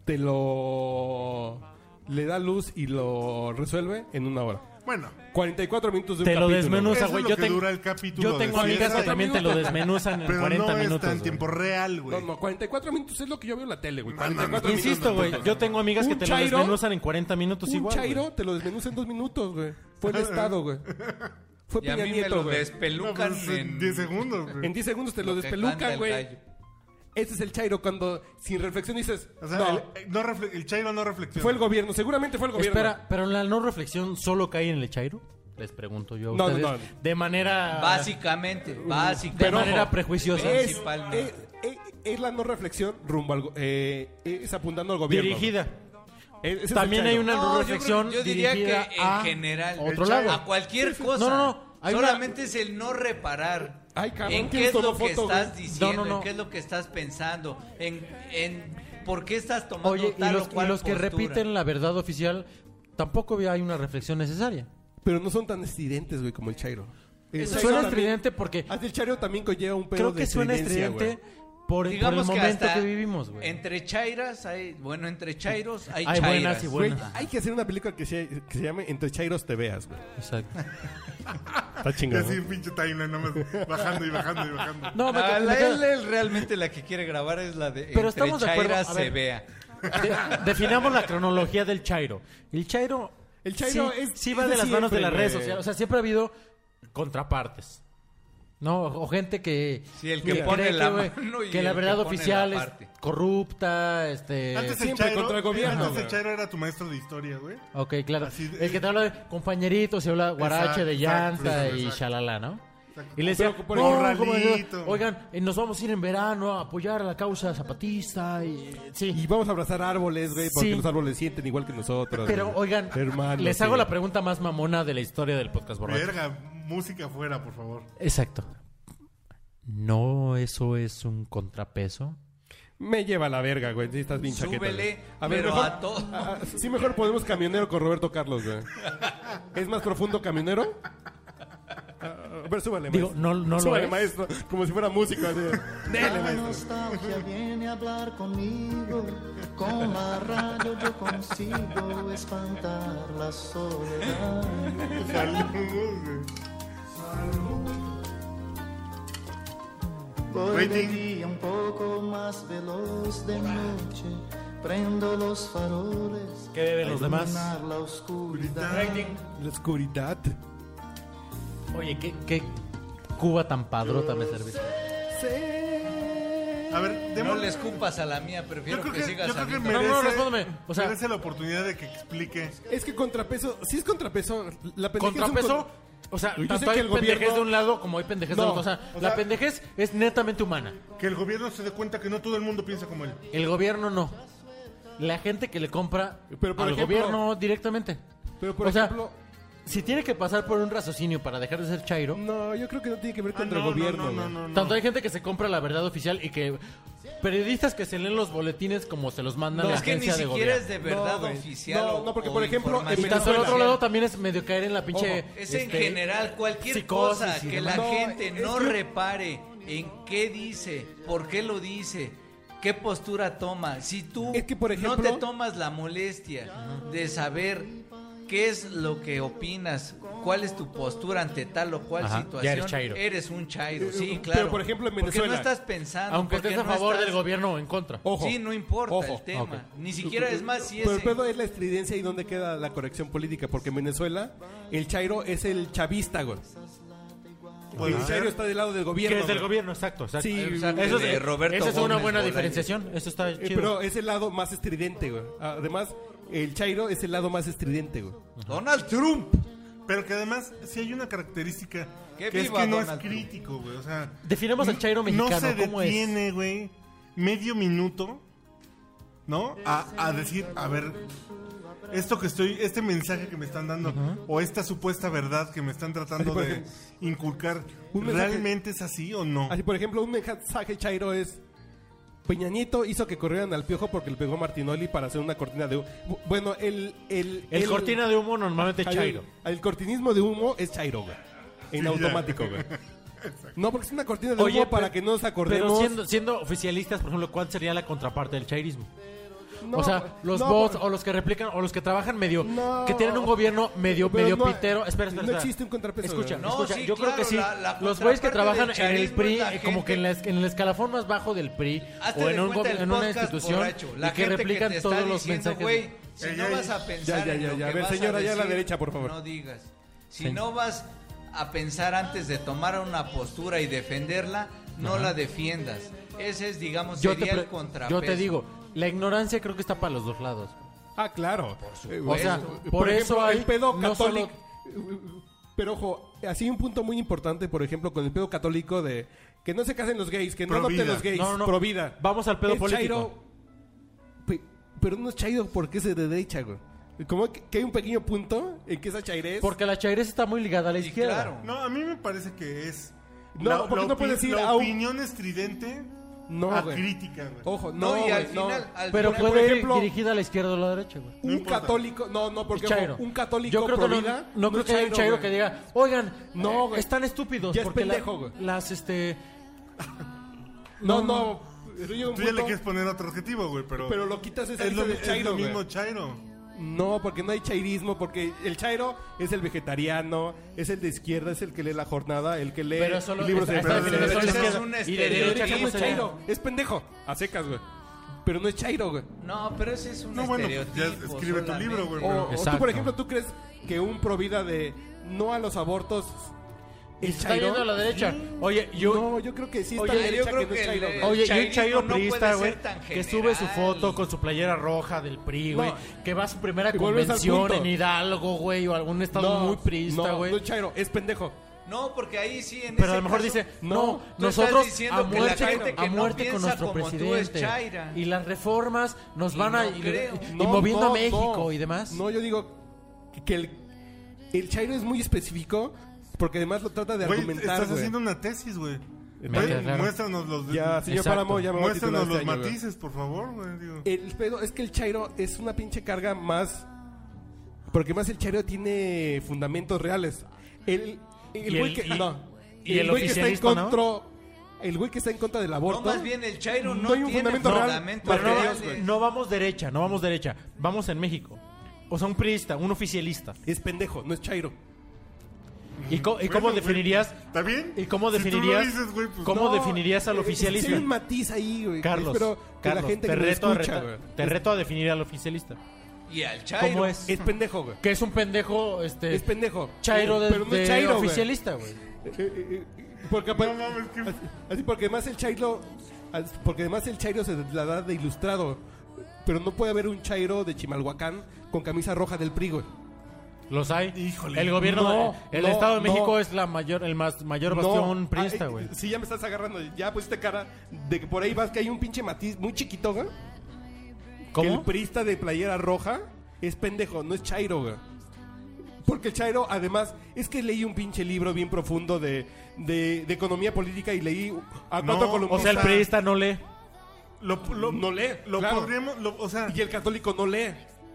B: te lo. Le da luz y lo resuelve en una hora.
A: Bueno,
B: 44 minutos de un
C: Te lo
B: capítulo, güey.
A: Eso
C: desmenuza,
A: es
C: güey.
A: lo
C: Yo
A: que
C: tengo-
A: dura el capítulo
C: Yo
A: de
C: tengo amigas que
A: CSI.
C: también te lo desmenuzan en
A: pero
C: 40
A: no está en
C: minutos.
A: tiempo
C: güey.
A: real, güey.
B: No, no, 44 minutos es lo que yo veo en la tele, güey. 44
C: Insisto,
B: minutos,
C: güey. Yo tengo amigas que
B: Un
C: te lo
B: chairo-
C: desmenuzan en 40 minutos
D: Pues
B: Un
C: igual. güey.
B: chairo te lo desmenuza en dos minutos, güey. Fue
D: [laughs]
B: el Estado, güey. Fue
D: Y a
B: Peña
D: mí me lo
B: Nieto, güey.
A: No,
D: despelucan
A: pues,
D: en...
A: 10 segundos, güey.
B: En 10 segundos te lo
D: que canta
B: despelucan,
D: el
B: güey.
D: gallo.
B: Ese es el chairo cuando sin reflexión dices,
A: O sea,
B: no,
A: el, eh, no refle- el Chairo no reflexiona.
B: fue el gobierno, seguramente fue el gobierno.
C: Espera, pero la no reflexión solo cae en el chairo? Les pregunto yo a
B: No, no,
C: ustedes.
B: no.
C: De manera
D: Básicamente,
C: de
D: básicamente.
C: manera prejuiciosa.
D: Es-
B: es,
D: principalmente.
B: es- es la no reflexión rumbo al go- eh, es apuntando al gobierno.
C: dirigida.
B: güey. Ese es el
C: También hay
B: chairo.
C: una
D: No, yo
C: reflexión
D: creo- yo, diría
C: dirigida
D: que en
C: a
D: general
C: otro
A: el
C: lado.
D: a cualquier cosa
C: No, no, no. Hay una-
D: solamente es el no reparar
B: Ay, cabrón,
D: en qué
B: tienes
D: es lo
B: todo
D: que
B: foto, güey.
D: estás diciendo
C: No, no, no.
D: en qué es lo que estás pensando en, en por qué estás tomando
C: Oye, y
D: tal
C: los,
D: o
C: y
D: cual
C: los que
D: postura.
C: repiten la verdad oficial, tampoco hay una reflexión necesaria.
B: Pero no son tan estridentes, güey, como el chairo. El chairo
C: Eh, suena
B: también-
C: estridente porque
B: Hasta el chairo también conlleva un pedo
C: creo
B: de
C: que suena
B: estridencia,
C: estridente
B: güey.
C: por, por el
D: digamos que
C: momento que,
D: hasta
C: vivimos, güey.
D: entre chairas hay bueno entre chairos hay,
C: Hay buenas
D: chairas
C: y buenas.
B: Güey,
C: Bueno.
B: hay que hacer una película que se, que se llame Entre Chairos te veas, güey.
C: Exacto.
B: Está
A: Y
B: chingón.
A: así, pinche timeline, nomás bajando y bajando y bajando.
C: No, me,
D: Ah,
C: me
D: la-
C: queda-
D: él, él realmente la que quiere grabar es la de
C: Pero
D: entre
C: estamos de acuerdo,
D: chairas
C: a
D: se
C: ver.
D: vea
C: De- definamos la cronología del Chairo. El Chairo.
B: El Chairo
C: sí,
B: es-
C: sí
B: es
C: va
B: de
C: de, las manos de
B: siempre,
C: las redes
B: güey.
C: sociales. O sea, siempre ha habido contrapartes. No, o o gente que.
D: Sí, el que pone
C: cree
D: la
C: güey,
D: [laughs] mano y
C: que la
D: el que
C: verdad
D: pone
C: oficial
D: la
C: es
D: parte.
C: corrupta, este.
A: Antes el
B: eh, siempre
A: Chairo,
B: contra el gobierno,
A: antes
B: güey.
A: el Chairo era tu maestro de historia, güey.
C: Ok, claro.
A: Así de-
C: el que te habla de compañeritos, se habla guarache
A: exacto,
C: de llanta
A: exacto,
C: y
A: exacto.
C: shalala, ¿no?
A: Exacto.
C: Y le decía,
B: Pero por el
C: no, como-
A: corralito.
C: oigan, eh, nos vamos a ir en verano a apoyar a la causa zapatista y sí.
B: Y vamos a abrazar árboles, güey, porque
C: Sí.
B: los árboles sienten igual que nosotros.
C: Pero
B: güey.
C: oigan,
B: Hermanos,
C: les hago
B: güey.
C: la pregunta más mamona de la historia del podcast borracho.
A: Verga, música afuera, por favor. [laughs]
C: Exacto. ¿No eso es un contrapeso?
B: Me lleva a la verga, güey. Sí, estás bien chaqueta. güey.
D: Súbele, pero a
B: [laughs]
D: todo.
B: a- a- Ah, sí, mejor ponemos camionero con Roberto Carlos, güey. ¿Es más profundo camionero? A- A ver, súbale,
C: Digo,
B: maestro.
C: no- no lo
B: súbale,
C: es.
B: maestro. Como si fuera músico. así. Dele, maestro.
I: nostalgia viene a hablar conmigo, con la radio yo consigo espantar la soledad.
A: Saludos,
I: Voy de
A: Rating.
I: día un poco más veloz de noche, prendo los faroles.
C: ¿Qué beben los
I: a
C: demás?
I: iluminar La oscuridad.
B: La oscuridad.
C: Oye, ¿qué, qué cuba tan padrota me serviste?
A: güey. A ver,
D: no
A: démosle.
D: le escupas a la mía prefiero
A: Yo creo
D: que,
A: que,
D: sigas
A: yo creo
D: a
A: que
D: mí.
C: No,
A: merece,
C: no, respóndeme. O sea-
A: merece la oportunidad de que explique.
B: Es que contrapeso. Sí, es contrapeso. La pendeja es un
C: ¿Contrapeso?
B: con-
C: O sea,
B: Yo sé
C: tanto
B: que
C: hay
B: el
C: pendejez
B: gobierno-
C: de un lado como hay pendejez
B: No,
C: del otro. O sea,
A: o sea-
C: la pendejez es netamente humana.
A: Que el gobierno se dé cuenta que no todo el mundo piensa como él.
C: El gobierno no. La gente que le compra
B: Pero, por
C: al
B: ejemplo-
C: gobierno directamente.
B: Pero, por
C: o sea,
B: ejemplo-
C: si tiene que pasar por un raciocinio para dejar de ser chairo,
B: No, yo creo que no tiene que ver
A: Ah,
B: con el
A: no,
B: gobierno,
A: no,
B: güey.
A: no, no, no,
C: Tanto hay gente que se compra la verdad oficial y que periodistas que se leen los boletines como se los mandan a la
D: es que ni
C: agencia de
D: siquiera
C: gobierno.
D: es de verdad
B: No, güey.
D: oficial
B: No,
D: o-
B: no, porque,
D: o
B: por ejemplo, en
C: Y
D: información
C: tanto el otro
D: oficial.
C: lado también es medio caer en la pinche.
B: Ojo,
D: Es en
C: este,
D: general cualquier
C: psicosis
D: cosa
C: y
D: que la
C: demás.
B: No,
D: gente
B: es
D: no
B: que-
D: repare en qué dice, por qué lo dice, qué postura toma. Si tú
B: Es que, por
D: no
B: ejemplo-
D: te tomas la molestia de saber qué es lo que opinas, cuál es tu postura ante tal o cual
C: Ajá, ya
D: situación.
C: eres chairo.
D: Eres un chairo, sí,
B: Eh, Pero,
D: claro.
B: por ejemplo, en
D: Porque
B: Venezuela,
D: no estás pensando.
C: Aunque
D: porque
C: estés a
D: no
C: favor
D: estás-
C: del gobierno o en contra.
B: Ojo.
D: Sí, no importa
B: Ojo.
D: el tema.
C: Ok.
D: Ni siquiera es más si es.
B: Pero el pedo es la estridencia y dónde queda la corrección política, porque en Venezuela el chairo es el chavista, güey.
A: Puede
B: El
A: ser.
B: chairo está del lado del
C: Pues, Que
B: gobierno.
C: es del
B: güey.
C: gobierno, exacto. exacto.
B: Sí,
C: Eh,
D: Exacto,
C: eso
D: de
C: es,
D: Roberto
C: esa es una
D: Gómez
C: buena
D: Bolaños.
C: diferenciación. Eso está
B: Eh,
C: chido.
B: Pero es el lado más estridente, güey. Además, el chairo es el lado más estridente, güey.
D: Donald Trump.
A: Pero que además, si hay una característica
D: Que
A: que es
D: viva
A: que no es
D: Donald Trump.
A: crítico, güey. O sea,
C: Definamos al chairo mexicano.
A: No se
C: ¿Cómo es?
A: detiene, güey, medio minuto, ¿no? A, a decir, a ver, esto que estoy, este mensaje que me están dando, o esta supuesta verdad que me están tratando
B: Así, por
A: de
B: ejemplo,
A: inculcar,
B: pues, un mensaje-
A: ¿realmente es así o no?
B: Así, por ejemplo, un mensaje chairo es... Peñañito hizo que corrieran al piojo porque le pegó Martinoli para hacer una cortina de humo. Bueno, el... El,
C: El cortina de humo normalmente es
B: Al-
C: chairo.
B: al Este cortinismo de humo es chairo, güey. En automático, güey. No, porque es una cortina de
C: Oye,
B: humo para
C: pero-
B: que no nos acordemos.
C: Pero siendo, siendo oficialistas, por ejemplo, ¿cuál sería la contraparte del chairismo?
B: No,
C: o sea, los
B: no,
C: bots
B: pero-
C: o los que replican o los que trabajan medio.
B: No.
C: que tienen un gobierno medio,
B: Pero
C: medio
B: no-
C: pitero. Espera, espera,
B: no
C: espera.
B: existe un contrapeso,
C: Escucha,
B: güey.
D: No,
C: escucha,
D: sí,
C: yo
D: claro,
C: creo que sí.
D: la- la
C: los güeyes que
D: contraparte
C: trabajan
D: del
C: en el
D: chairismo
C: PRI,
D: es la
C: eh, como que en, la es- en el escalafón más bajo del PRI
D: Hazte
C: o
D: de
C: en, un
D: cuenta
C: gobi-
D: el
C: en una
D: podcast
C: institución
D: borracho. La
C: y que
D: gente
C: replican
D: te está
C: todos los
D: diciendo,
C: mensajes.
D: güey, si
A: Ey,
D: no
A: ey,
D: vas a pensar
B: ya,
D: en
B: ya,
D: lo
B: ya,
D: que
B: a ver,
D: vas
B: señora, allá a la
D: decir,
B: derecha, por favor.
D: No digas. Si no vas a pensar antes de tomar una postura y defenderla, no la defiendas. Ese es, digamos,
C: yo, te
D: sería el
C: pre-
D: contrapeso.
C: yo te digo, la ignorancia creo que está para los dos lados.
B: Ah, claro. Eh,
C: O sea,
B: güey,
C: por eso hay-
B: el pedo
C: no
B: católico. Pero ojo, así un punto muy importante, por ejemplo, con el pedo católico de que no se casen los gays, que no
A: Pro
B: adopten
A: vida.
B: los gays,
C: No, no, no.
B: pro vida.
C: Vamos al pedo
B: Es
C: político.
B: chairo, pe- pero no es chairo porque es de derecha, güey. Como que que hay un pequeño punto en que esa chairez...
C: Porque la chairez está muy ligada a la
D: Y
C: izquierda.
D: claro.
A: No, a mí me parece que es...
B: No, porque no
A: opi-
B: puedes ir
A: la
B: a un-
A: opinión estridente
B: No,
A: a
B: güey.
A: crítica, güey.
B: Ojo, no,
D: No, y al
B: güey, no.
D: final, al
C: Pero
D: final,
C: puede
B: ejemplo-
C: ir dirigida a la izquierda o a la derecha, güey.
B: un
A: No importa.
B: católico, no, no, porque
C: Es chairo.
B: ojo, un católico
C: Yo creo que
B: pro
C: no,
B: vida,
C: no creo
B: es
C: que haya un chairo
B: güey.
C: que diga, oigan,
B: No,
C: no,
B: güey.
C: están estúpidos.
B: Ya es
C: porque la-
B: pendejo, güey. Eh,
C: las, este...
B: No, no. pero llega un
A: Tú ya le
B: punto-
A: quieres poner otro objetivo, güey, pero...
B: Pero lo quitas esa
A: es
B: lista
A: lo,
B: del
A: es
B: chairo,
A: lo
B: güey.
A: mismo chairo.
B: No, porque no hay chairismo, porque el chairo es el vegetariano, es el de izquierda, es el que lee la jornada, el que lee
C: Pero eso lo-
B: libros
C: esa-
B: de
C: esa
A: pero
B: Freud.
C: definición
D: ese
C: es
D: es
C: izquierda.
D: un
B: este,
C: Y de derecha,
B: Pero
C: ¿cómo
B: no es
C: sería?
B: chairo, es pendejo, a secas, güey. Pero no es chairo, güey.
D: No, pero ese es un
A: No, bueno, pues
D: estereotipo.
A: ya escribe tu
D: solamente.
A: libro, güey.
B: O,
A: pero-
B: o tú,
C: Exacto.
B: por ejemplo, tú crees que un provida de no a los abortos
C: y
B: es
C: se está
B: chairo.
C: yendo a la derecha. Oye, yo...
B: No, yo creo que sí está
C: Oye,
B: la
C: yo
B: derecha
D: creo
B: que no es
D: que
B: chairo.
D: el-
B: güey.
C: Oye,
D: El
C: y un
D: chairismo
C: chairo
D: no puede
C: priista,
D: ser
C: güey,
D: tan
C: que sube su
D: general.
C: foto con su playera roja del PRI, güey,
B: No.
C: que va a su primera
B: Y vuelves al
C: convención
B: punto.
C: en Hidalgo, güey, o algún estado muy priista,
B: no,
C: güey.
B: no es chairo, es pendejo.
D: No, porque ahí sí en
C: Pero a
D: ese
C: lo mejor
D: caso-
C: dice,
B: no,
C: no,
D: tú
C: nosotros
D: estás diciendo
C: a
D: que la gente
C: muerte,
D: que
C: a
D: no
C: muerte con
D: piensa
C: nuestro
D: como tú es
C: presidente.
D: chaira.
C: Y las reformas nos
D: Y
C: van a...
D: no
C: y-
D: creo.
C: y- y
B: No,
C: moviendo
B: no,
C: a México
B: no.
C: y demás.
B: No, yo digo que el, el Chairo es muy específico porque además lo trata de
A: Güey,
B: argumentar.
A: estás
B: güey.
A: haciendo una tesis, güey.
C: Me
A: Güey,
C: queda claro.
A: Muéstranos los...
B: Ya, señor
C: Exacto.
B: Páramo, ya me voy a
A: Muéstranos
B: titular este
A: los
B: año, güey.
A: matices, por favor, güey. digo.
B: El pedo es que el Chairo es una pinche carga más. Porque más el Chairo tiene fundamentos reales. El, el
C: Y
B: güey
C: el-
B: que.
C: y-
B: no.
C: y el
B: güey que está en
C: oficialista, ¿no?
B: contra. El güey que está en contra del
D: No,
B: aborto.
D: más bien el chairo no,
B: No hay un
D: tiene
B: fundamento real,
D: fundamento
B: pero
C: Pero no,
D: real,
C: va-
D: güey.
C: no vamos derecha, no vamos derecha. Vamos en México. O sea, un priista, un oficialista.
B: Es pendejo, no es Chairo.
C: ¿Y, co- y cómo
A: Bueno, güey,
C: definirías?
A: ¿Está bien?
C: ¿Y cómo
A: Si tú lo
C: definirías?
A: dices, güey, pues
C: ¿Cómo
B: No,
C: definirías al
B: eh, sí
C: oficialista?
B: Hay un matiz ahí, güey. que
C: Carlos,
B: espero que
C: Carlos,
B: la gente
C: te,
B: que lo
C: reto
B: escucha,
C: a reta-
B: güey.
C: te reto a definir al oficialista.
D: Y al chairo.
C: ¿Cómo es?
B: Es pendejo, güey.
C: Que es un pendejo, este...
B: Es pendejo.
C: Chairo de,
B: Pero no es
C: de
B: chairo, güey.
C: oficialista, güey.
B: Eh, eh, eh, Porque apa-
A: No mames, que-
B: así, así porque además el chairo as- porque además el chairo se la da de ilustrado, pero no puede haber un chairo de Chimalhuacán con camisa roja del PRI, güey.
C: Los hay.
A: Híjole.
C: El gobierno,
B: No,
C: el
B: no,
C: Estado de
B: no.
C: México es la mayor, el más mayor bastión
B: No. Ah,
C: priista,
B: eh,
C: güey.
B: Sí, ya me estás agarrando, ya pusiste cara de que por ahí vas que hay un pinche matiz muy chiquito, güey. Que el
C: ¿Cómo?
B: priista de playera roja es pendejo, no es chairo, güey. Porque el chairo, además, es que leí un pinche libro bien profundo de, de, de economía política y leí a
A: No,
B: cuánto
C: O sea, el priista no lee.
A: Lo, lo-
B: no lee,
A: Lo
B: claro.
A: podríamos... lo- o sea,
B: Y el católico no lee.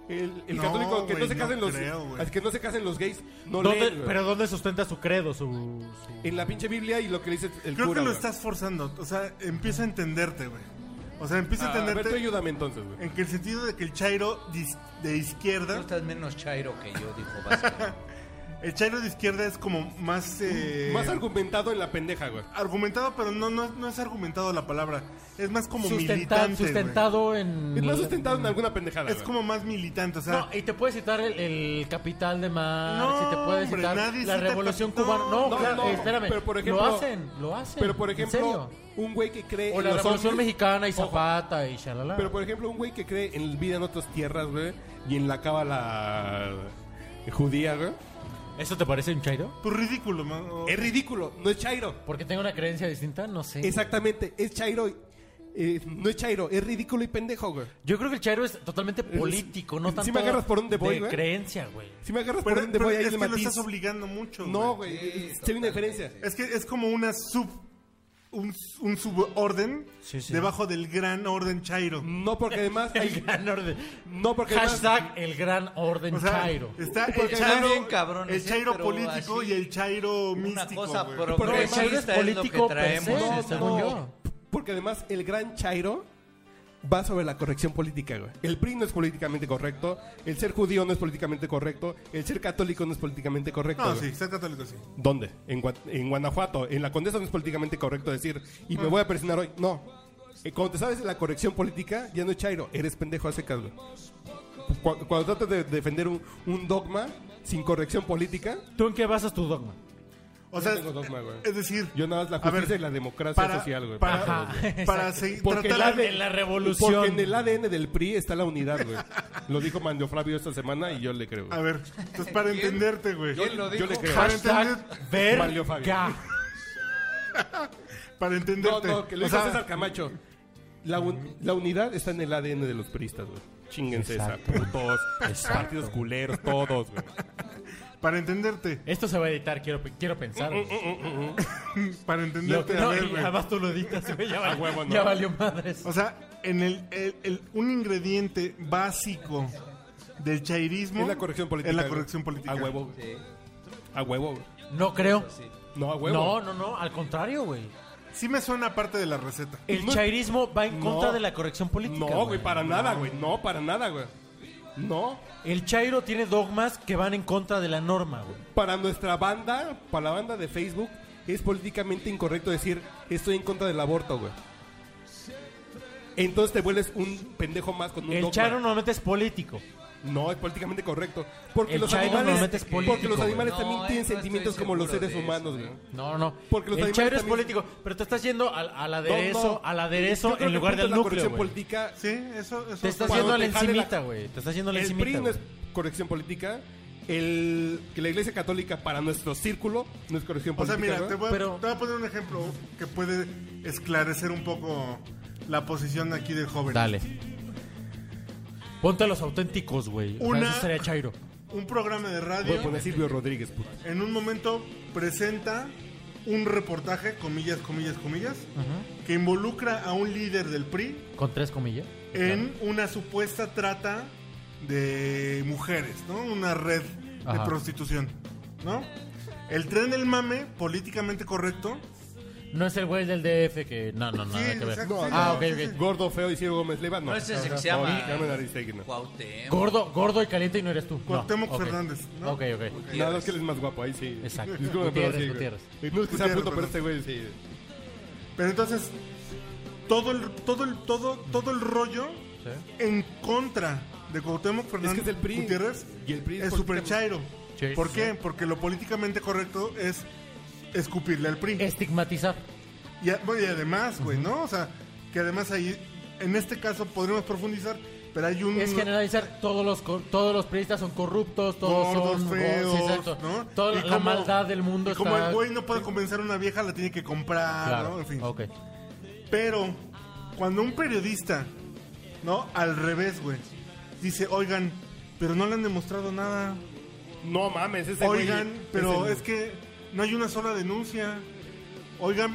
B: El, el
A: No,
B: católico que
A: güey,
B: no se
A: no
B: casen los
A: creo, güey.
B: al que no se casen los gays no lee.
C: ¿Dónde-
B: güey.
C: pero ¿dónde sustenta su credo? Su, su-
B: en la pinche Biblia y lo que le dice el
A: creo
B: cura.
A: que lo
B: güey.
A: estás forzando. O sea, empieza a entenderte, güey. O sea,
B: Ah,
A: empieza a
B: a ver, tú
A: entenderte
B: ayúdame entonces, güey.
A: en que el sentido de que el chairo dis- de
D: Tú
A: izquierda
D: estás menos chairo que yo, dijo Vázquez.
A: El chairo de izquierda es como más... eh,
B: Más argumentado en la pendeja, güey.
A: argumentado, pero no, no, no es argumentado la palabra. Es más como
C: Sustenta-
A: militante. güey.
C: sustentado en.
B: Es más sustentado en alguna pendejada.
A: Es
B: güey.
A: como más militante, o sea...
C: No, y te puede citar el, el Capital de Mar,
A: No,
C: si te puede
A: hombre,
C: citar
A: nadie
C: la
A: cita
C: Revolución
A: Capital.
C: Cubana. No,
B: No,
C: claro,
B: no,
C: eh, espérame.
B: pero por ejemplo-
C: lo hacen, lo hacen.
B: Pero por
C: ¿En
B: ejemplo,
C: serio?
B: un güey que cree
C: O la
B: los
C: Revolución
B: ovnis-
C: Mexicana y
B: Ojo,
C: Zapata y shalala.
B: Pero por ejemplo, un güey que cree en vida en otras tierras, güey, y en la cábala judía, güey.
C: ¿Eso te parece un chairo?
A: Pues ridículo, man. O-
B: Es ridículo, no es chairo.
C: Porque tengo una creencia distinta, no sé.
B: Exactamente, es chairo. eh, no es chairo, es ridículo y pendejo, güey.
C: Yo creo que el chairo es totalmente político, no
B: si
C: tanto
B: me agarras por dónde voy,
C: de
B: güey.
C: creencia, güey.
B: Si me agarras por
A: Pero,
B: dónde
A: pero
B: voy ahí
A: es
B: el
A: que lo
B: matiz.
A: estás obligando mucho.
B: No, güey, sí hay una diferencia.
A: Es que es como una sub. Un, un suborden
C: Sí, sí.
A: debajo del gran orden Chairo.
B: No, porque
A: [laughs]
B: además
C: [laughs] El
B: hay...
C: gran orden.
B: No, porque además-
C: Hashtag el gran orden
A: O sea,
C: chairo.
A: está el
D: Porque
A: Chairo,
D: están bien cabrones,
A: el
D: ¿eh?
A: Chairo
D: Pero
A: político
D: así,
A: y el Chairo
D: Una
A: místico.
D: cosa
A: güey.
B: Porque el chairo
C: es
D: progresista es lo que
C: político per
D: traemos.
C: se.
B: No,
C: según
B: no.
C: yo.
B: Porque además el gran Chairo va sobre la corrección política, güey. El PRI no es políticamente correcto, el ser judío no es políticamente correcto, el ser católico no es políticamente correcto.
A: No,
B: güey.
A: sí, ser católico sí.
B: ¿Dónde? En, Gua- en Guanajuato, en la Condesa no es políticamente correcto decir, y
A: Ah.
B: me voy a presionar hoy. No. Eh, Cuando te sabes de la corrección política, ya no es Chairo, eres pendejo hace secas, güey. Cu- Cuando tratas de defender un, un dogma sin corrección política,
C: ¿Tú en qué basas tu dogma?
A: O sea,
B: tengo dogma, güey.
A: es decir,
B: yo nada más la
A: A ver,
B: justicia y la democracia
A: para,
B: social, güey.
A: para,
B: Para
C: Ah,
B: todos, güey.
A: para, seguir-
B: Porque el
A: tratar-
B: ADN
C: en la revolución.
B: Porque en el ADN del PRI está la unidad, güey. Lo dijo Mandio Flavio esta semana y yo le creo. güey.
A: A ver, entonces para entenderte, güey.
D: [laughs] ¿Quién lo dijo?
B: Yo le creo.
A: Para
C: Hashtag
A: entender-
B: Valió
C: verga.
B: Fabio.
A: Para
B: No,
A: entenderte.
B: no, que lo
A: O
B: dijo
A: sea,
B: César Camacho. La, un- la unidad está en el ADN de los priistas, güey. Chinguense esa,
C: Exacto.
B: putos, partidos culeros, todos, güey.
A: para entenderte. [laughs]
C: Esto se va a editar, quiero, quiero pensar. güey.
A: Para
C: Lo que-
A: entenderte. a
C: no,
A: ver,
C: y
A: güey.
C: además tú lo editas, güey, ya, valió-
B: huevo, no.
C: ya valió madres.
A: O sea, en el, el- el- un ingrediente básico del chairismo
B: Es la corrección política.
A: Es la
B: güey.
A: corrección política.
B: A huevo. güey. A huevo. güey.
C: No creo.
B: No, a huevo.
C: No, no, no, al contrario, güey.
A: Sí me suena parte de la receta.
C: El
B: No-
C: chairismo va en
B: No.
C: contra de la corrección política.
B: No, güey, para nada, güey. No, para nada, güey. No.
C: El chairo tiene dogmas que van en contra de la norma, güey.
B: Para nuestra banda, para la banda de Facebook, es políticamente incorrecto decir estoy en contra del aborto, güey. Entonces te vuelves un pendejo más con un
C: El
B: dogma.
C: chairo normalmente es político.
B: No, es políticamente correcto. Porque
C: El
B: los
C: chairo normalmente
B: animales,
C: es político,
B: porque los
C: güey.
B: animales
D: No,
B: también
D: eh,
B: tienen
D: no
B: sentimientos
D: estoy
B: como los
D: seguro
B: seres
D: de
B: humanos,
D: eso,
B: güey.
C: No, no.
B: Porque los
C: el
B: animales
C: chairo es
B: también-
C: político, pero te estás yendo al, al
B: No,
C: aderezo,
B: no.
C: al
B: Yo
C: aderezo
B: creo
C: en
B: que
C: lugar
B: punto de
C: del
B: la
C: núcleo,
B: corrección
C: güey.
B: política,
A: Sí, eso, eso
C: Te estás
B: Cuando
C: yendo a la
B: te jale la-
C: encimita, güey. Te estás yendo a la
B: el
C: encimita,
B: PRI no
C: güey.
B: es corrección política. El, que la Iglesia Católica para nuestro círculo no es corrección
A: O sea,
B: política.
A: mira,
B: güey.
A: te voy, a-
C: Pero-
A: te voy a poner un ejemplo que puede esclarecer un poco la posición aquí del joven.
C: Dale. Ponte a los auténticos, güey. O sea,
A: Una-
C: eso sería chairo.
A: Un programa de
B: Voy
A: radio
B: a poner Silvio Rodríguez, puto.
A: en un momento presenta un reportaje, comillas, comillas, comillas, que involucra a un líder del PRI
C: Con tres comillas.
A: en una supuesta trata de mujeres, ¿no? Una red
C: Ajá.
A: de prostitución, ¿no? El tren del mame, políticamente correcto.
C: No es el güey del DF que. No, no, no.
A: Sí,
C: nada que ver.
A: exacto, sí,
C: ah,
A: no,
C: ok,
A: sí,
C: ok.
A: sí.
B: Gordo, feo y Ciro Gómez Leiva, no.
D: No, ese es el que se
B: No,
D: llama-
B: Carmen Aristegui, no.
D: Cuauhtémoc.
C: Gordo, gordo y caliente y no eres tú. No,
A: Cuauhtémoc
C: ok.
A: Fernández, ¿no?
C: Ok, ok.
B: Nada más que él es más guapo, ahí sí.
C: Exacto.
B: Discúlpame, pero
C: Gutiérrez,
B: sí, güey. No
C: Gutiérrez.
B: es que sea
A: Gutiérrez,
B: puto, pero
A: perdón.
B: este güey sí.
A: Pero entonces, todo el, todo el, todo, todo el rollo
C: Sí.
A: en contra de Cuauhtémoc Fernández
B: Es que es el PRI.
A: Gutiérrez
B: Y el PRI es
A: es super
B: políticamente-
A: chairo.
C: Sí,
A: ¿Por
C: sí,
A: qué? Porque lo políticamente correcto es escupirle al PRI.
C: Estigmatizar.
A: Y, a- bueno, y además, güey, ¿no? O sea, que además ahí, en este caso podríamos profundizar, pero hay un...
C: Es generalizar. Todos los, co- todos los periodistas son corruptos. Todos
A: gordos,
C: son.
A: feos,
C: sí, exacto.
A: ¿no?
C: Toda
A: Y
C: la- la
A: cómo-
C: maldad del mundo
A: y como
C: está-
A: el güey no puede convencer a una vieja, la tiene que comprar,
C: Claro.
A: ¿no? En fin.
C: Ok.
A: Pero cuando un periodista, ¿no? Al revés, güey, dice, oigan, pero no le han demostrado nada.
B: No mames, ese güey.
A: Oigan, pero
B: el-
A: es que no hay una sola denuncia. Oigan,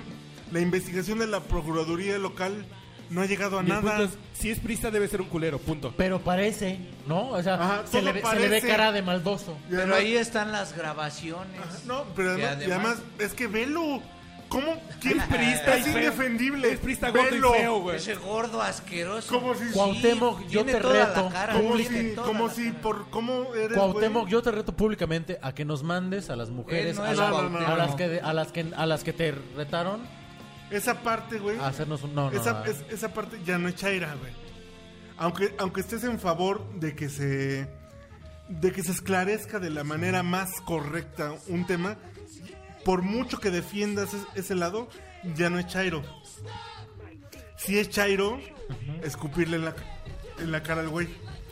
A: la investigación de la Procuraduría local no ha llegado a
B: Y el punto
A: nada.
B: es, si es prista debe ser un culero, punto.
C: Pero parece, ¿no? O sea,
A: Ajá,
C: se,
A: todo
C: le, ve- se le ve
A: parece.
C: cara de maldoso.
A: Y
D: Pero
A: además-
D: ahí están las grabaciones.
A: No, pero
D: Y
A: además, y además, es que velo. ¿Cómo?
B: [laughs]
A: ¿Quién priista? Es indefendible.
B: Es prista gordo y
A: Velo.
B: feo, güey.
D: Ese gordo asqueroso.
A: Como si-
C: Cuauhtémoc, yo
D: tiene
C: te
D: toda
C: reto.
D: La cara,
A: Como
D: tiene
A: si,
D: toda
A: como
D: la
A: si
D: cara.
A: por cómo eres.
C: Cuauhtémoc,
A: güey?
C: yo te reto públicamente a que nos mandes a las mujeres,
D: no
C: a,
D: es
C: la-
A: Eh, Cuauhtémoc.
C: a las que, a, las que, a las que te retaron,
A: Esa parte, güey.
C: a hacernos un... No, no,
A: esa,
C: no. eh.
A: es- esa parte ya no es chaira, güey. Aunque, aunque estés en favor de que se. de que se esclarezca de la manera más correcta un tema, por mucho que defiendas es- ese lado, ya no es chairo. Si es chairo, escupirle en la, en la cara al güey.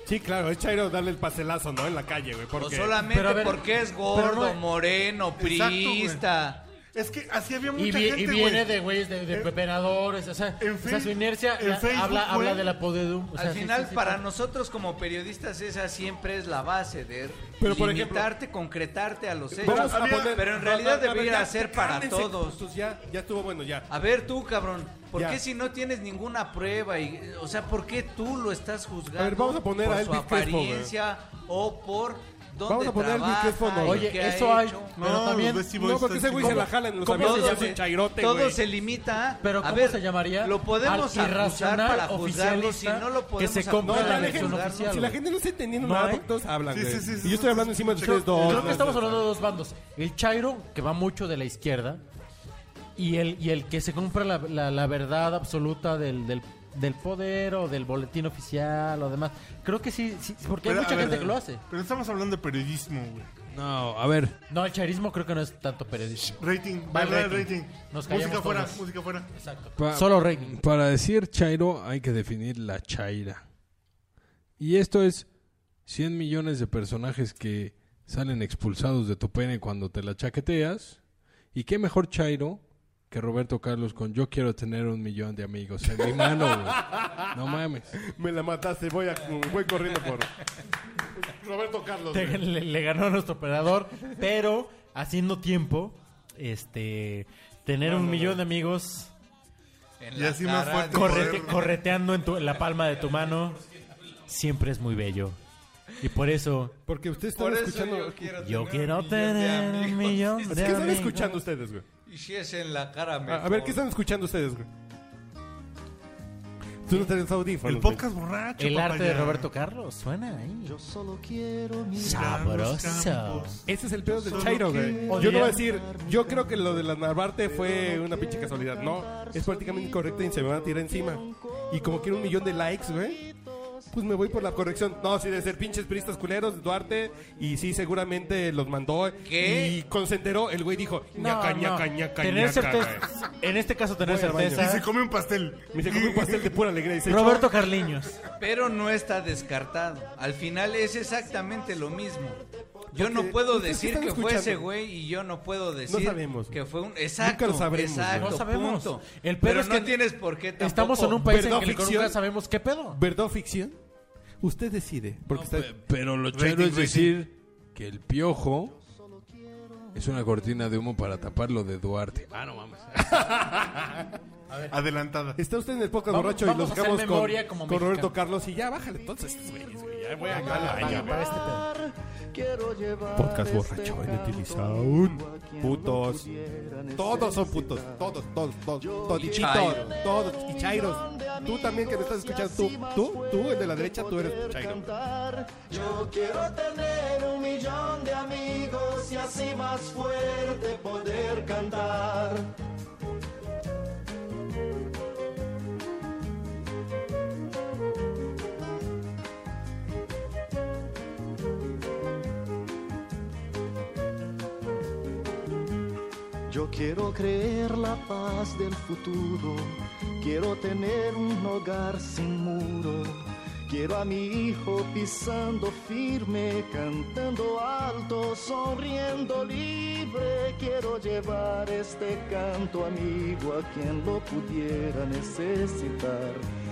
B: Sí, claro, es chairo darle el paselazo, ¿no? En la calle, güey.
D: O
B: Porque
D: Pues solamente
C: Pero a ver,
D: porque es
C: pero
D: gordo,
C: no-
D: moreno,
A: güey.
D: priista.
A: Es que así había mucha
C: Y, vi- y
A: gente, güey.
C: viene de güeyes, de, de
A: En-
C: pepenadores, o sea,
A: en
C: o sea, su
A: Face-
C: inercia
A: en
C: ya
A: Facebook,
C: habla,
A: güey.
C: habla de la podedum. o sea,
D: Al
C: sí,
D: final,
C: sí, sí,
D: para
C: sí.
D: nosotros como periodistas, esa siempre es la base de
B: Pero, por ejemplo-
D: limitarte, concretarte a los hechos.
B: Vamos a
D: Había-
B: poner-
D: Pero en realidad
B: A ver,
D: debería
B: ya,
D: ser para
B: cálmense,
D: todos.
B: putos, Ya, ya estuvo bueno, ya.
D: A ver tú, cabrón, ¿por
B: Ya.
D: qué si no tienes ninguna prueba? Y, o sea, ¿por qué tú lo estás juzgando?
B: A ver, vamos a poner
D: por
B: a
D: su
B: Elvis Crespo, güey.
D: apariencia o por dónde
B: Vamos a poner a Elvis
D: trabaja,
B: Crespo, no,
D: y
B: güey.
D: qué
C: Oye,
D: ha
C: eso hay,
D: hecho.
C: pero
A: No,
C: también...
A: los Beastie Boys
B: No, porque ese
A: están
B: güey se la
A: chingones.
B: jala en los
C: ¿Cómo
B: aviones
C: se
B: y
D: Todo,
B: hace
D: se,
B: un chairote,
D: todo
B: güey.
D: se limita.
C: Pero
D: a
C: ¿cómo
D: ver,
C: se llamaría?
D: Lo podemos
C: Al
D: acusar
C: irracional
D: para juzgarlo, si
C: oficialista
D: no lo
C: que
D: podemos
C: se
D: acusar
B: No,
C: compra
D: para
B: la
C: la
B: gente,
C: versión
D: juzgarlo.
C: oficial.
B: si la gente no está entendiendo
C: No,
B: nada,
C: ¿eh?
B: porque todos hablan,
A: Sí,
B: güey.
A: sí, sí, sí,
B: y yo estoy
A: sí,
B: hablando
A: sí,
B: encima de
A: sí,
B: ustedes
A: creo-
B: dos.
A: creo
C: Creo que estamos hablando de dos bandos. El Chairo, que va mucho de la izquierda, y el, y el que se compra la, la- la verdad absoluta del, del, del poder o del boletín oficial o demás. Creo que sí, sí, porque hay
A: Pero,
C: mucha
A: a ver,
C: gente que lo hace.
A: Pero estamos hablando de periodismo, güey.
H: No, a ver.
C: No, el chairismo creo que no es tanto periodismo.
A: Rating,
C: Va el
A: verdad,
C: rating.
A: rating.
C: Nos callamos
A: música fuera,
C: todos.
A: música fuera.
C: Exacto.
H: pa-
C: Solo rating.
H: Para decir chairo hay que definir la chaira. Y esto es 100 millones de personajes que salen expulsados de tu pene cuando te la chaqueteas. Y qué mejor chairo que Roberto Carlos con yo quiero tener un millón de amigos en mi mano, güey.
A: [laughs]
H: No mames.
B: Me la mataste, voy, a, voy corriendo por... Roberto Carlos.
C: [laughs] Te- le, le ganó a nuestro operador, pero haciendo tiempo, este, tener un millón de amigos
D: En
A: Y
D: la
A: así más
D: cara
A: fuerte.
D: de-
A: Correcto.
C: correte- correteando en, tu- en la palma de tu mano, siempre es muy bello. Y por eso
B: Porque ustedes
D: Por
B: están
D: eso
B: escuchando...
D: yo quiero
C: yo quiero
D: tener un millón de
C: tener un
D: amigos.
C: millón de
B: ¿Qué están
C: amigos.
B: escuchando ustedes, güey?
D: [laughs] Y si es en la cara,
B: A, a
D: mejor.
B: ver, ¿qué están escuchando ustedes, güey? Tú no tienes audífonos.
A: El podcast borracho.
C: El arte de
A: papaya.
C: Roberto Carlos suena ahí.
I: Yo solo quiero mirar.
C: Sabroso.
B: Ese es el pedo del Chairo, güey.
C: quiero
B: Yo no voy a
C: odiar.
B: decir, yo creo que lo de la Narvarte fue una pinche casualidad. No, es políticamente incorrecto y se me van a tirar encima. Y como quiero un millón de likes, güey, pues me voy por la corrección. No, sí, de ser pinches pristas culeros, Duarte, y sí, seguramente los mandó.
D: ¿Qué?
B: Y concentró, el güey dijo, ñaca,
C: No, no.
B: ñaca, ñaca,
C: Tener
B: ñaca,
C: certeza.
B: güey.
C: En este caso, tener
B: Voy al baño.
A: Y se
C: certeza.
A: come un pastel.
B: Me dice, comí un pastel de pura alegría. Y se
C: Roberto Carliños.
D: Pero no está descartado. Al final es exactamente lo mismo. Yo no puedo
B: ¿ustedes qué
D: decir
B: están
D: que fue ese
B: escuchando?
D: güey y yo no puedo decir
B: sabemos.
D: que fue un exacto,
B: Nunca lo sabremos,
D: exacto,
B: güey.
C: No sabemos.
D: punto.
C: El pedo
D: Pero
C: es
D: no
C: que
D: tienes por qué tampoco.
C: Estamos
B: [laughs]
C: en un país en
B: ¿Verdad
C: que nunca
B: ficción?
C: sabemos qué pedo.
B: ¿Verdad o ficción? Usted decide. Porque está...
H: Pe- Pero lo chairo es decir que el piojo es una cortina de humo para tapar lo de Duarte. Ah, no mames.
A: Adelantada.
B: Está usted en el podcast
C: Vamos-
B: borracho y
C: vamos a
B: los
C: hacer
B: dejamos
C: memoria
B: con,
C: como
B: con Roberto
C: mexicanos.
B: Carlos y ya bájale entonces estos güeyes, güey, ya voy acá a la baña, güey.
C: Para este pedo.
I: Quiero llevar
B: Podcast
I: este
B: borracho
I: canto
B: inutilizado.
I: a quien no
B: Putos.
I: pudiera
B: Todos son putos. Todos, todos, todos. Todichitos. Todos. Y chairos. Tú también que me estás escuchando. Tú, tú, tú, el de la derecha, tú eres chairo.
I: necesitar. Yo quiero tener un millón de amigos y así más fuerte poder cantar. Yo quiero creer la paz del futuro, quiero tener un hogar sin muro, quiero a mi hijo pisando firme, cantando alto, sonriendo libre, quiero llevar este canto amigo a quien lo pudiera necesitar.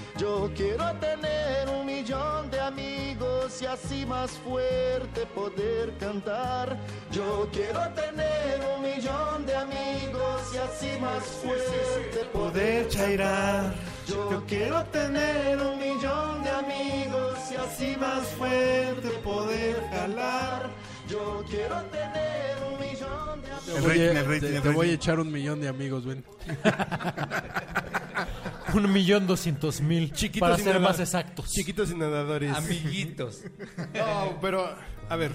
I: Yo quiero tener un millón de amigos y así más fuerte poder cantar. Yo quiero tener un millón de amigos y así más fuerte poder
A: Poder chairar.
I: yo quiero tener un millón de amigos y así más fuerte poder jalar. Yo quiero tener un millón de amigos.
A: El
H: Oye,
A: rating, el rating,
H: te,
A: el
H: te voy a
A: rating.
H: echar un millón de amigos, ven.
C: Un millón doscientos mil.
B: Chiquitos
C: para
B: y
C: ser
B: nada-
C: más exactos.
B: Chiquitos y nadadores.
D: Amiguitos.
B: No, pero, a ver.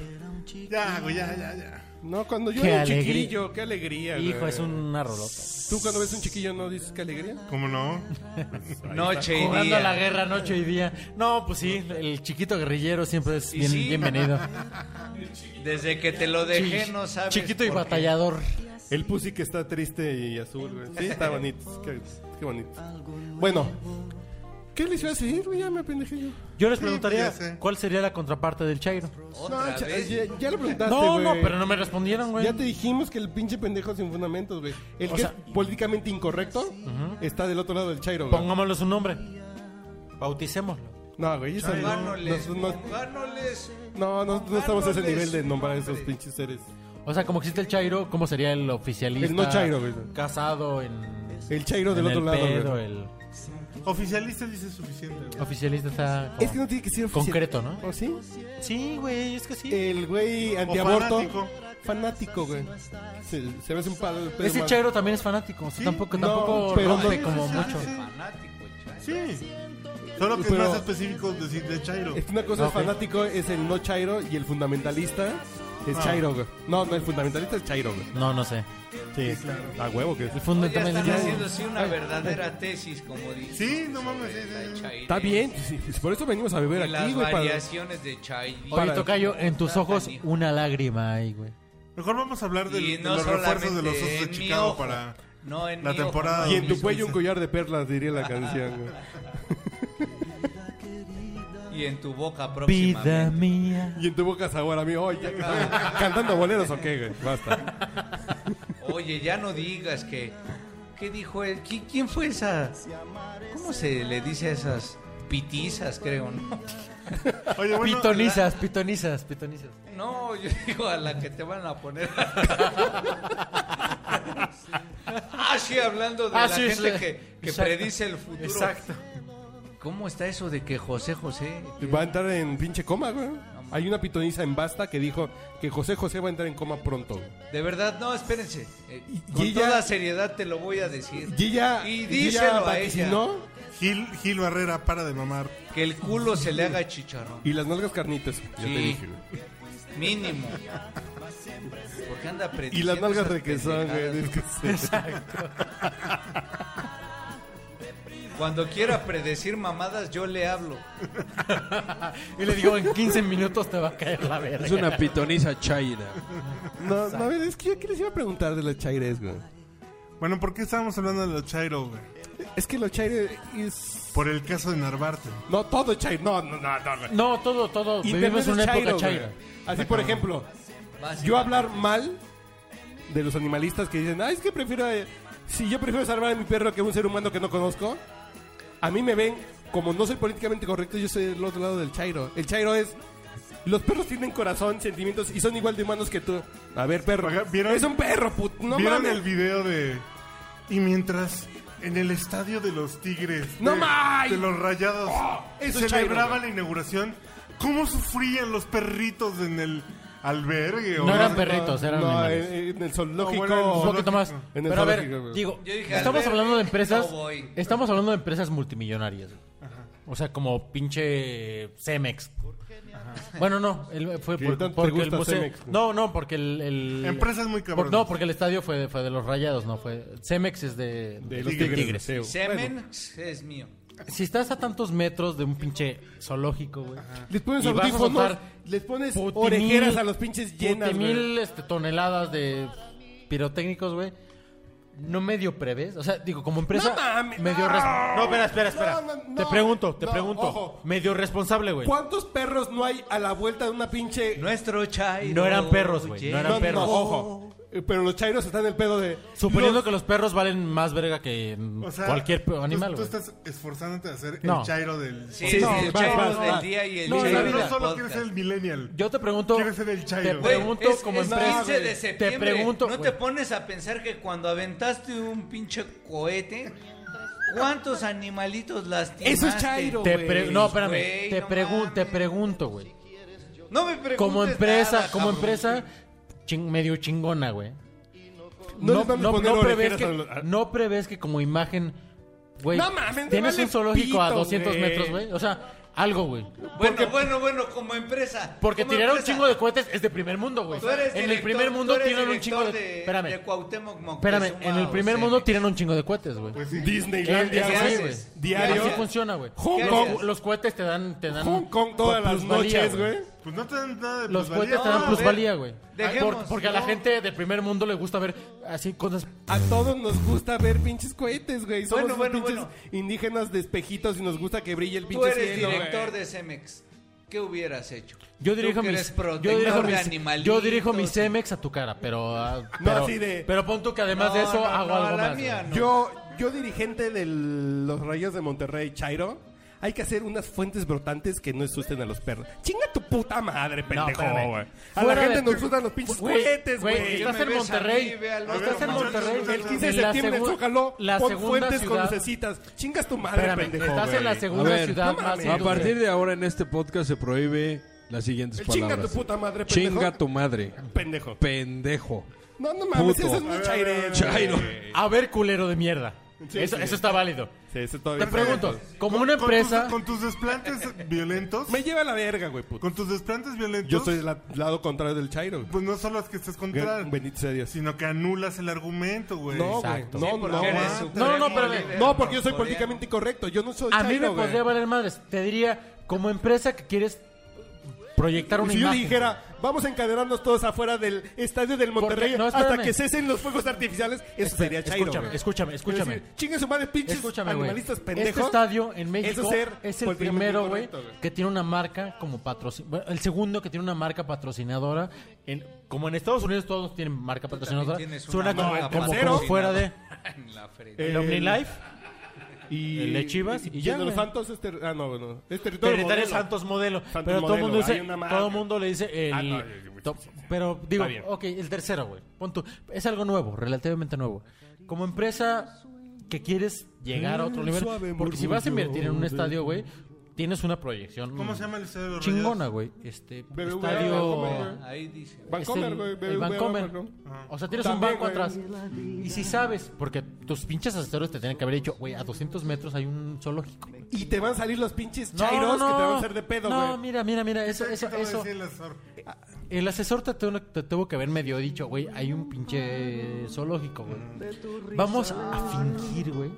A: Ya, güey, ya, ya, ya.
B: No, cuando yo
C: Qué
B: era un
C: alegría.
B: chiquillo, qué alegría.
C: Hijo,
B: güey.
C: es una rolota.
B: ¿Tú cuando ves un chiquillo no dices qué alegría?
A: ¿Cómo no?
D: Noche y
C: Jugando a la
D: día.
C: guerra noche y día. No, pues sí, el chiquito guerrillero siempre es
D: Y
C: bien-
D: sí.
C: bienvenido.
D: Desde que te lo dejé, no sabes.
C: Chiquito y
D: por qué.
C: batallador.
B: El pussy que está triste y azul, güey. Sí, está bonito. Qué, qué bonito. Bueno, ¿qué les iba a decir, güey? Ya me pendejé yo.
C: Yo les
A: Sí,
C: preguntaría
A: pues ya sé.
C: cuál sería la contraparte del Chairo.
B: No,
D: Otra
B: cha-
D: vez.
B: ya, ya lo preguntaste,
C: No,
B: güey.
C: no, pero no me respondieron, güey.
B: Ya te dijimos que el pinche pendejo sin fundamentos, güey. El
C: O
B: que
C: sea-
B: es políticamente incorrecto está del otro lado del chairo, güey.
C: Pongámosle su nombre. Bauticémoslo.
B: No, güey, eso no,
D: Gánales,
B: nos- nos-
D: gánales.
B: no, no- no estamos a ese
D: Gánales.
B: nivel de nombrar a esos pinches seres.
C: O sea, como existe el Chairo, ¿cómo sería el oficialista?
B: El no Chairo, güey.
C: Casado en.
B: El chairo
C: en
B: del otro
C: el
B: lado,
C: pedo,
B: güey.
C: el
A: Oficialista dice suficiente, güey.
C: oficialista está. como-
B: Es que no tiene que ser oficial.
C: Concreto, ¿no?
B: ¿O sí?
C: Sí, güey, es que sí.
B: El güey
A: O
B: antiaborto.
A: fanático.
B: Fanático, güey. Se, se me hace un padre.
C: Ese Chairo también es fanático. o sea,
A: Sí,
C: tampoco,
B: no,
C: tampoco
B: pero no-
C: rompe
B: sí,
C: como
A: sí, sí,
C: mucho.
A: sí.
D: Fanático, chaval.
A: Sí. Solo que
B: Pero-
A: es más específico decir de Chairo.
B: Es que una cosa
C: No,
B: es
C: ok.
B: fanático, es el no chairo y el fundamentalista es
A: Ah.
B: chairo, güey. No, no, el fundamentalista es chairo, güey.
C: No, no sé.
B: Sí, A huevo que es.
C: El
D: No,
C: fundo
D: ya
C: también
D: están
C: es-
D: haciendo sí, una verdadera tesis, como dice.
A: Sí, no mames, sí, sí, sí.
D: Chaire.
B: Está bien, sí, sí, por eso venimos a beber
D: Y las
B: aquí, güey. para-
D: variaciones de Chairi.
C: Oye,
B: Para-
C: Tocayo, en tus ojos
D: canijo.
C: una lágrima ahí, güey.
A: Mejor vamos a hablar del-
D: Y
A: de
D: no
A: los refuerzos de los osos
D: solamente
A: de
D: en mi
A: Chicago
D: ojo.
A: para.
D: No, en
A: la
D: mi ojo,
A: temporada
D: no.
B: Y en tu
A: Mismo
B: cuello un
A: dice.
B: collar de perlas, diría la canción, güey.
D: Y en tu boca
C: Vida
D: próximamente.
C: mía.
B: Y en tu boca sabor a mí, oye, cantando boleros o qué, güey. Basta.
D: Oye, ya no digas que. ¿Qué dijo él? ¿Qui- ¿Quién fue esa? ¿Cómo se le dice a esas pitizas, creo, no?
A: Oye, bueno,
C: Pitonizas, pitonizas, pitonizas.
D: No, yo [laughs] digo a la que te van a poner. ah, sí, hablando de
C: Ah,
D: la
C: sí,
D: gente
C: sí.
D: que, que
C: Exacto.
D: predice el futuro.
C: Exacto.
D: ¿Cómo está eso de que José José?
B: Va a entrar en pinche coma, güey. Hay una pitoniza en Basta que dijo que José José va a entrar en coma pronto. güey.
D: De verdad, no, espérense. Eh,
B: Y-
D: con
B: y ella-
D: toda seriedad te lo voy a decir.
B: Y ella,
D: Y
B: y ella
D: díselo a ella.
B: vaticinó
A: Gil, Gil Barrera, para de mamar.
D: Que el culo se le haga chicharrón.
B: y las nalgas carnitas. Ya te
D: Sí.
B: dije, güey.
D: Mínimo. Porque anda
B: Y
D: prediciendo
B: las nalgas
D: esas
B: de quesón, güey.
D: pendejadas.
B: es que sí.
D: Cuando quiera predecir mamadas, yo le hablo.
C: Y le digo, en 15 minutos te va a caer la verga.
H: Es una pitoniza
B: [laughs]
H: chaira.
B: No, no, a ver, es que yo que les iba a preguntar de los chaires, güey.
A: Bueno, ¿por qué estábamos hablando de los Chairo, güey?
B: Es que los chaires es...
A: Por el caso de Narvarte.
B: No, todo es chairo. No, no, no, no, güey.
C: No, todo, todo.
B: Internet
C: Vivimos
B: es
C: una
B: chairo,
C: época
B: güey.
C: chaira.
B: Así, por ejemplo,
D: Vas y
B: yo
D: vas.
B: hablar mal de los animalistas que dicen, ah, es que prefiero... eh, si yo prefiero salvar a mi perro que un ser humano que no conozco, a mí me ven, como no soy políticamente correcto, yo soy del otro lado del chairo. El chairo es... Los perros tienen corazón, sentimientos y son igual de humanos que tú. A ver, perro.
A: Oiga, ¿vieron-
B: Es un perro, put. No
A: ¿Vieron
B: mames.
A: el video de... Y mientras en el estadio de los Tigres...
B: ¡No
A: de,
B: mames!
A: de los Rayados...
B: ¡Oh! Eso es
A: celebraba
B: chairo,
A: la inauguración. ¿Cómo sufrían los perritos en el albergue? o
C: No eran
A: sé?
C: perritos, eran
B: No, eh, en,
C: animales.
B: en el
A: No,
B: zoológico.
A: bueno, en el
C: Un poquito más.
A: zoológico.
B: En el
C: Pero a
B: zoológico, güey.
C: ver, digo,
D: Yo dije,
C: estamos
D: al
C: hablando de
D: verde,
C: empresas.
D: no voy.
C: Estamos hablando de empresas multimillonarias. güey. O sea, como pinche Cemex. Bueno, no, él fue
B: ¿Qué
C: por-
B: tanto te
C: porque el
B: gusta
C: museo.
B: Cemex, güey?
C: No, no, porque el. el-
A: Empresas muy cabronas.
C: por- no, porque el estadio fue, fue de los rayados, no fue. Cemex es de,
B: De los
A: Tigres.
B: tigres.
C: Sí.
B: Sí.
D: Semen es mío.
C: Si estás a tantos metros de un pinche zoológico, güey.
B: Les pones
C: y vas a
B: audífonos,
C: soltar
B: les pones
C: putimil-
B: orejeras a los pinches llenas, güey.
C: putimil, este, toneladas de pirotécnicos, güey. No medio prevés. O sea, digo, como empresa,
B: No mames,
C: medio
B: no.
C: res-
B: No,
J: No, espera, espera, espera.
B: no, no,
J: te
B: no,
J: pregunto, te
B: no,
J: pregunto.
B: ojo.
J: Medio responsable, güey.
C: Pues,
B: ¿Cuántos perros no hay a la vuelta de una pinche...
D: Nuestro Chairo.
J: No eran perros, güey, no
D: llega-
J: eran
B: no,
J: perros.
B: ojo. Eh, Pero los chairos están en el pedo de...
C: Suponiendo
B: los-
C: que los perros valen más verga que mm,
A: O sea,
C: cualquier pe-
A: tú-
C: animal,
A: Tú
C: güey.
A: estás esforzándote a hacer
C: No.
A: el chairo del...
D: Sí,
B: Sí,
D: es
B: no,
D: el
B: vas,
D: Chairo
B: vas,
D: del
B: vas.
D: día y el
C: No,
A: No,
C: en
D: Chairo
C: la vida.
D: del
A: no solo
D: podcast.
A: quieres ser el millennial.
C: Yo te pregunto.
A: Quieres ser el
C: Te
A: chairo.
D: Güey,
C: pregunto
D: es-
C: como
D: es
C: empresa.
D: 15 de
C: te
D: septiembre.
C: pregunto.
D: ¿No
C: güey.
D: te pones a pensar que cuando aventaste un pinche cohete, cuántos animalitos lastimaste?
B: Eso es chairo.
C: Te
B: güey.
C: pre- no, espérame.
D: Güey,
C: te,
D: no
C: pregun-
D: mames.
C: te pregunto, güey.
D: No me preguntes
C: Como empresa,
D: nada,
C: como
D: cabrón.
C: empresa chin- medio chingona, güey.
B: No
C: No,
B: les van a
C: no-
B: poner
C: no prevés
B: orejeras
C: que,
B: a los- a-
C: no prevés que como imagen, güey.
B: No mames, me
C: Tienes
B: vale
C: un zoológico a
B: pito,
C: 200
B: güey.
C: metros, güey. O sea, algo, güey.
D: Bueno, bueno, bueno, como empresa.
C: Porque
D: como
C: tirar un
D: empresa.
C: chingo de cohetes es de primer mundo, güey.
D: Tú eres
C: En el
D: director-
C: primer
D: tú
C: mundo
D: eres
C: tiran un chingo de.
D: director de,
C: espérame,
D: de Cuauhtémoc Moctezuma,
C: espérame. En el primer
D: o sea,
C: mundo tiran un chingo de cohetes, güey.
A: Pues sí.
C: El
B: Disneylandia,
C: día
D: ¿qué
C: así,
B: güey.
C: güey.
D: haces?
B: Diario.
C: Así funciona, güey.
B: Hong
C: Los-
D: Kong.
C: Los cohetes te dan. Te dan
B: Hong Kong todas las
C: plusvalía,
B: noches, güey.
A: Pues no te dan nada de
C: Los
A: plusvalía.
C: cohetes te dan
D: No,
C: plusvalía,
D: a ver,
C: güey.
D: dejemos,
C: Por- porque a la
D: no.
C: gente de primer mundo le gusta ver así cosas.
B: A todos nos gusta ver pinches cohetes, güey. Somos
D: Bueno,
B: unos
D: bueno,
B: pinches
D: bueno.
B: indígenas de espejitos y nos gusta que brille el
D: Tú
B: pinche
D: eres
B: cielo,
D: director
B: güey.
D: de Cemex. ¿Qué hubieras hecho?
C: Yo
D: Tú
C: dirijo
D: que
C: mis.
D: eres
C: Yo
D: protector
C: dirijo
D: de
C: mis.
D: animalitos.
C: Yo dirijo mis Cemex a tu cara, pero. ah,
B: No,
C: pero,
B: así de-
C: pero pon tú que además
D: No,
C: de eso
D: no,
C: hago
D: no, a
C: algo
D: la
C: más. güey.
D: mía no.
B: Yo, yo dirigente de los Rayos de Monterrey, Chairo, hay que hacer unas fuentes brotantes que no asusten a los perros. Chinga tu puta madre, pendejo,
C: espérame.
B: güey. a la
C: Fuera
B: gente
C: de-
B: nos gustan los pinches
C: Güey,
B: cohetes, güey.
C: Estás
D: me
C: en
D: ves
C: Monterrey.
D: a mí, ve a la-
C: estás en
A: A ver,
C: Monterrey.
A: muchachos,
B: El 15 de
C: En la
B: septiembre en
C: segun-
B: Zócalo,
C: la
B: pon
C: segunda
B: fuentes con
C: ciudad-
B: lucecitas. Chingas tu madre,
C: Espérame,
B: pendejo,
C: estás en la
B: güey.
H: A
C: segunda
H: ver,
C: ciudad
B: no
C: más
B: mames.
H: a
C: industrial.
H: partir de ahora en este podcast se prohíbe las siguientes
B: El
H: palabras.
B: chinga tu puta madre, pendejo.
H: Chinga tu madre,
B: pendejo.
H: pendejo.
B: No, no mames,
H: Puto.
B: eso es muy chairero.
H: Chairo.
C: A ver, culero de mierda.
B: Sí,
C: eso,
B: sí.
C: eso está válido.
B: Sí, eso todavía
C: Te
B: está
C: pregunto,
B: bien.
C: como una
A: Con
C: empresa.
A: tus- Con tus
C: [laughs]
A: desplantes violentos.
B: Me lleva a la verga, güey, puto.
A: Con tus desplantes violentos.
B: Yo soy del la- lado contrario del chairo. güey.
A: Pues no solo es que estés contra.
B: Bendito sea Dios.
A: Sino que anulas el argumento, güey.
B: No, güey.
C: Exacto.
B: No,
D: Porque
B: no,
D: eres
B: güey.
D: supremo
C: No, no, espérame. [laughs]
D: líder
B: No, porque yo soy
D: norcoreano.
B: políticamente incorrecto. Yo no soy
C: A mí me
B: chairo, Pues güey.
C: podría valer madres. Te diría, como empresa que quieres proyectar una
B: Si yo
C: imagen.
B: dijera, vamos a encadenarnos todos afuera del estadio del
C: Porque-
B: Monterrey
C: no, espérame.
B: hasta que cesen los fuegos artificiales, eso sería chairo.
C: Este, escúchame,
B: güey.
C: escúchame, escúchame.
B: Es decir, Chingue su madre, pinches
C: Escúchame, güey.
B: animalistas pendejos.
C: Este estadio en México
B: Eso ser
C: es el
B: políticamente
C: primero, güey,
B: incorrecto, güey.
C: que tiene una marca como patrocinadora. El segundo que tiene una marca patrocinadora. En- como en Estados Unidos todos tienen marca patrocinadora.
D: también tienes una
C: Suena como,
D: marca
C: como- como
B: patrocinadora.
C: fuera de
D: En la frente.
B: Eh,
C: el OmniLife.
B: y
C: el de Chivas, y
B: y
C: ya,
B: el de los
C: güey.
B: Santos es ter- ah no no es territorio
J: Territorio
B: modelo.
J: Santos modelo.
B: Santos
J: pero todo el
B: modelo,
J: mundo dice,
B: hay una marca.
J: todo mundo le dice el-
B: Ah, no, yo- yo-
J: to-
C: Pero digo,
B: bien.
C: ok, el tercero, güey. Pon tú. Es algo nuevo, relativamente nuevo. Como empresa que quieres llegar a otro
B: Eh,
C: nivel.
B: suave,
C: Porque si vas a
B: murmullo
C: invertir en un
B: de-
C: estadio, güey, tienes una proyección. mm,
A: ¿Cómo se llama el estadio de los
C: Chingona,
A: Rayados?
C: güey. Este
B: BBVA,
C: estadio.
B: Bancomer.
D: Ahí dice.
C: es el-
B: Vancomer güey
C: el
B: BBVA,
C: Vancomer.
B: Vancomer.
C: O sea, tienes
B: También,
C: un banco
B: güey.
C: atrás. Y si sabes, porque tus pinches asesores te tienen que haber dicho, güey, a 200 metros hay un zoológico.
B: y te van a salir los pinches chairos que te van a hacer de pedo
C: No,
B: güey
C: mira, mira, mira. Eso, eso,
A: ¿Qué te va a
C: eso.
A: decir el asesor?
C: El asesor te, tuvo- te tuvo que haber medio dicho, güey, hay un pinche zoológico, güey. Vamos a fingir, güey,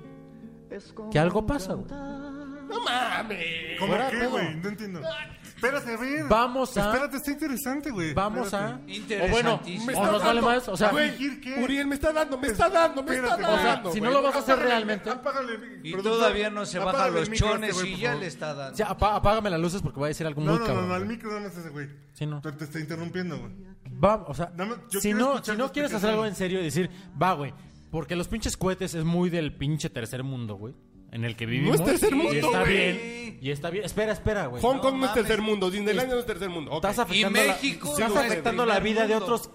C: que algo pasa, güey.
B: no mames
A: ¿Cómo
C: Fuera
A: qué,
C: pedo.
A: güey? No entiendo. Espérate, a ver.
C: Vamos a-
A: Espérate, está interesante, güey.
C: Vamos a...
A: Espérate.
C: O bueno,
D: Interesantísimo.
C: o nos vale más, o sea...
B: Güey,
A: ¿Fingir qué?
B: Uriel me está dando me está dando me está
A: Espérate, güey.
C: O sea,
B: dando
C: si no
B: güey.
C: lo vas a hacer
A: Apágale el-
C: realmente...
A: apágale el-
D: Y
A: productor,
D: todavía no se bajan
A: apágale
D: los
A: el micro a
D: chones
A: este güey,
D: y
A: por
D: ya
A: favor.
D: le está dando.
C: Ya, apá- apágame las luces porque va a decir algo
A: No,
C: muy
A: no, no,
C: cabrón.
A: no, al
C: güey.
A: micro nada más ese güey.
C: Sí, no.
A: Te, te está interrumpiendo, güey.
C: Va, o sea,
A: Dame- yo
C: si
A: quiero
C: no,
A: escuchar
C: si no
A: las
C: quieres hacer
A: explicaciones.
C: algo en serio y decir, va, güey, porque los pinches cohetes es muy del pinche tercer mundo, güey. en el que vivimos.
B: No es tercer
C: y
B: mundo,
C: está
B: güey.
C: bien. Y está bien. Espera, espera, güey.
B: Hong
C: No
B: Kong no Este- es
C: mames.
B: tercer mundo, Disneylandia no es tercer mundo. ok.
C: Estás afectando,
D: Y
C: la-
D: México,
C: estás
D: güey,
C: afectando
D: primer
C: la vida de
D: mundo.
C: otros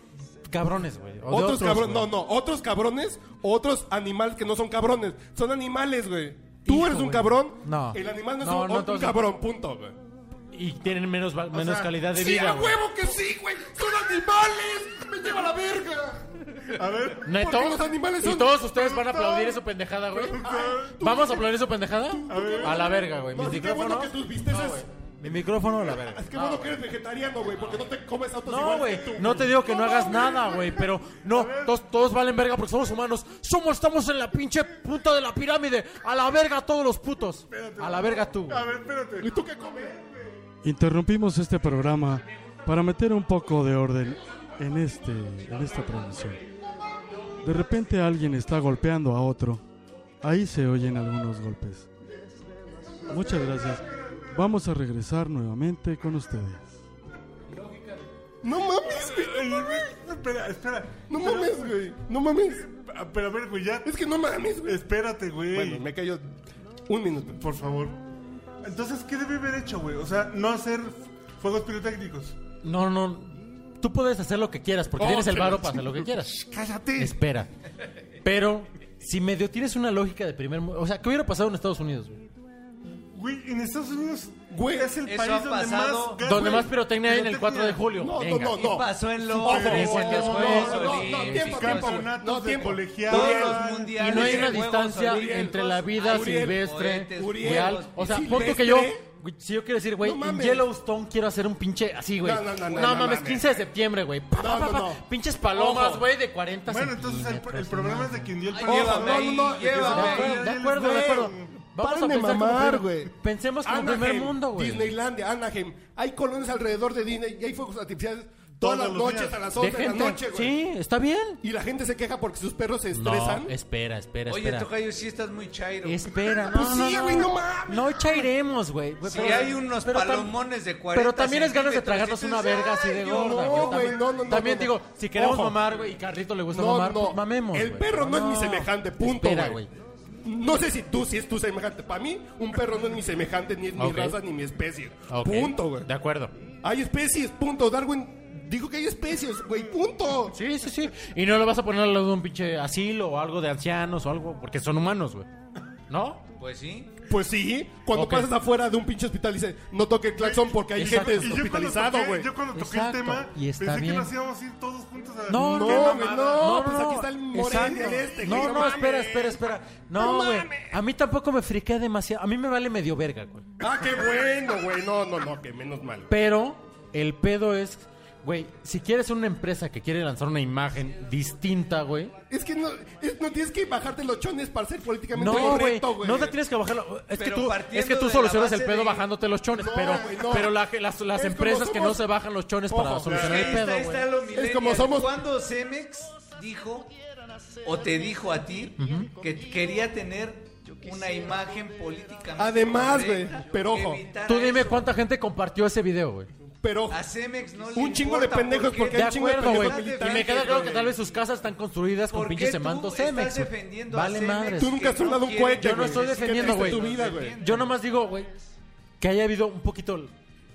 C: cabrones, güey. o de
B: Otros cabrones, no,
C: güey.
B: no, otros cabrones, otros animales que no son cabrones, son animales, güey. Tú
C: Hijo,
B: eres un
C: güey.
B: cabrón,
C: No.
B: el animal no es
C: No,
B: un,
C: no
B: un
C: todos-
B: cabrón, punto, güey.
C: Y tienen menos, val- menos calidad de
B: sí,
C: vida.
B: a
C: güey.
B: huevo que sí, güey, son animales, me lleva la verga.
A: A ver,
C: Neto.
B: Porque los animales
C: Y
B: son-
C: todos ustedes van a aplaudir esa pendejada, güey. ¿Vamos a aplaudir esa pendejada?
A: ver.
C: A la verga, güey. Mi
B: No, sí, qué bueno
C: micrófono.
B: que tus bisteces.
C: Mi micrófono a la verga.
B: Es que bueno que eres vegetariano, güey, porque no te comes autos
C: No,
B: igual
C: güey.
B: que tú,
C: No te digo que no hagas
B: mames.
C: nada, güey. Pero no, todos, todos valen verga porque somos humanos. Somos, estamos en la pinche punta de la pirámide. A la verga todos los putos. A la verga tú. güey.
A: a ver, espérate.
B: ¿Y tú qué comes?
K: Interrumpimos este programa para meter un poco de orden en, este, en esta transmisión. De repente alguien está golpeando a otro. Ahí se oyen algunos golpes. Muchas gracias. Vamos a regresar nuevamente con ustedes.
B: No mames, güey.
A: Espera, espera.
B: No mames, güey. No mames.
A: Ah, Pero a ver, güey, ya.
B: Es que no mames, güey.
A: Espérate, güey.
B: Bueno, me cayó un minuto.
A: Por favor. Entonces, ¿qué debe haber hecho, güey? O sea, no hacer fuegos pirotécnicos.
C: No, no. Tú puedes hacer lo que quieras porque
B: Oh,
C: tienes el
B: pero-
C: varo para hacer lo que
B: [laughs]
C: quieras.
A: ¡Cállate!
C: Espera. Pero si medio tienes una lógica de primer mundo. O sea, ¿qué hubiera pasado en Estados Unidos, güey?
A: Güey, en Estados Unidos
B: Güey,
A: es el
D: eso
A: país
D: ha
A: donde
D: pasado.
A: más... gas-
C: Donde
A: güey,
C: más pirotecnia hay en el 4 de julio.
B: No, no,
C: Venga.
B: no, no.
D: Pasó en
B: Ojo,
D: Londres,
B: no,
D: en los
B: no,
D: Juegos
B: no, no, no, tiempo,
D: Olímpicos,
B: tiempo, güey.
A: Campeonatos
B: No,
A: de
B: tiempo.
A: colegial.
D: todos los
C: Y
D: mundiales.
C: no hay una
D: Juegos
C: distancia
D: Olímpicos,
C: entre la vida
B: Uriel,
C: silvestre
D: cohetes,
C: real. O sea,
B: silvestre.
C: ponte que yo. güey, Si yo quiero decir, güey,
B: No
C: en
B: mames.
C: Yellowstone quiero hacer un pinche así, güey.
B: No, no, no, no, no
C: mames,
B: mames.
C: 15 de septiembre, güey. Pa, pa,
B: No, no,
C: pa, pa.
B: no.
C: Pinches palomas,
B: Ojo.
C: güey, de 40
A: Bueno, entonces el, el
C: centímetros,
A: problema es de quien dio el
D: Ay,
A: país.
D: llévame
B: no,
D: ahí,
B: no, no,
C: De
D: llévame ahí.
C: acuerdo, de acuerdo, de
B: Güey,
C: acuerdo. Vamos a
B: paren de
C: pensar como
B: mamar,
C: primer-
B: güey.
C: Pensemos como
B: Anaheim,
C: primer mundo, güey.
B: Disneylandia, Anaheim. Hay colonias alrededor de Disney y hay fuegos artificiales todas
A: Todos
B: las
A: los
B: noches
A: días.
B: a las
C: De
B: 11 de la
C: gente.
B: noche, güey.
C: sí, está bien.
B: Y la gente se queja porque sus perros se
C: No,
B: estresan.
C: espera, espera,
D: Oye,
C: espera.
D: Tocayo, sí estás muy chairo.
C: Espera, no,
B: Pues
C: no,
B: sí,
C: no,
B: güey,
C: no.
B: no mames.
C: No chairemos, güey. Güey,
D: Si
C: pero-
D: hay unos
C: pero tam-
D: palomones de 40
C: Pero también es ganas de
D: centímetros,
C: tragarnos una
D: entonces,
C: verga así de
B: ay, yo
C: gorda,
B: no,
C: güey.
B: güey,
C: También-
B: no, no, no,
C: También
B: no.
C: digo, si queremos
B: Ojo.
C: mamar, güey, y Carrito le gusta
B: No,
C: mamar,
B: no.
C: pues mamemos.
B: El
C: güey.
B: perro no es mi semejante, punto,
C: Espera,
B: güey. No sé si tú si es tu semejante. Para mí, un perro no es mi semejante, ni es mi
C: Ok.
B: raza, ni mi especie.
C: Ok,
B: Punto, güey.
C: De acuerdo.
B: Hay especies, punto. Darwin dijo que hay especies, güey, punto.
C: Sí, sí, sí. Y no lo vas a poner al lado de un pinche asilo o algo de ancianos o algo, porque son humanos, güey. ¿No?
D: Pues sí.
B: Pues sí, cuando
C: Ok.
B: pasas afuera de un pinche hospital y dices, no toque el claxon porque hay
C: Exacto.
B: gente
A: Y yo cuando toqué,
B: hospitalizada, güey.
A: yo cuando toqué
C: Exacto,
A: el tema,
C: y está
A: pensé
C: bien.
A: que nos íbamos a ir todos juntos a...
C: No,
B: No,
A: ¡Qué
B: güey,
A: mamada!
B: no, pues aquí está el moreno,
C: exacto.
B: el este,
C: No,
B: güey,
C: no,
B: no mames.
C: espera, espera, espera. No,
B: No
C: güey.
B: mames.
C: a mí tampoco me friqué demasiado. A mí me vale medio verga, güey.
B: Ah, qué bueno, güey. No, no, no, que menos mal.
C: Pero el pedo es, güey, si quieres una empresa que quiere lanzar una imagen distinta, güey.
B: Es que no, es- no tienes que bajarte los chones para ser políticamente
C: No, güey,
B: correcto, güey.
C: no te tienes que bajar. Es que
D: Pero
C: tú,
D: partiendo
C: es que
D: de
C: tú
D: la
C: solucionas el
D: base
C: pedo
D: de-
C: bajándote los chones, pero,
B: güey, no.
C: pero la- las,
B: Es
C: las
B: como
C: empresas que no
B: somos-
C: se bajan los chones para
B: Ojo,
C: solucionar
D: Ahí
C: el
D: está, ahí
C: pedo,
D: está
C: güey.
D: lo
B: Es
D: millennial.
B: como somos-
D: Cuando Cemex dijo o te dijo a ti que quería tener una imagen política
B: Además, güey, pero ojo,
C: Tú dime cuánta gente compartió ese video, güey.
B: Pero
D: A Cemex no le
B: Un chingo de
D: importa
B: pendejos porque
C: De
B: hay un chingo de
C: acuerdo, güey.
B: pendejos
C: Y me
B: militantes,
C: queda claro que
B: güey.
C: tal vez sus casas están construidas con
D: ¿Por qué
C: pinches
D: tú
C: cementos
D: estás
C: Cemex. güey.
D: defendiendo a
C: Vale
D: Cemex?
C: madre.
B: tú nunca has
D: no Pues
B: sonado un
D: quieren-
B: cohete,
C: Yo no
B: güey.
C: estoy
B: Es que
C: defendiendo,
B: triste
C: güey.
B: tu vida, güey.
C: Yo nomás digo, güey, que haya habido un poquito.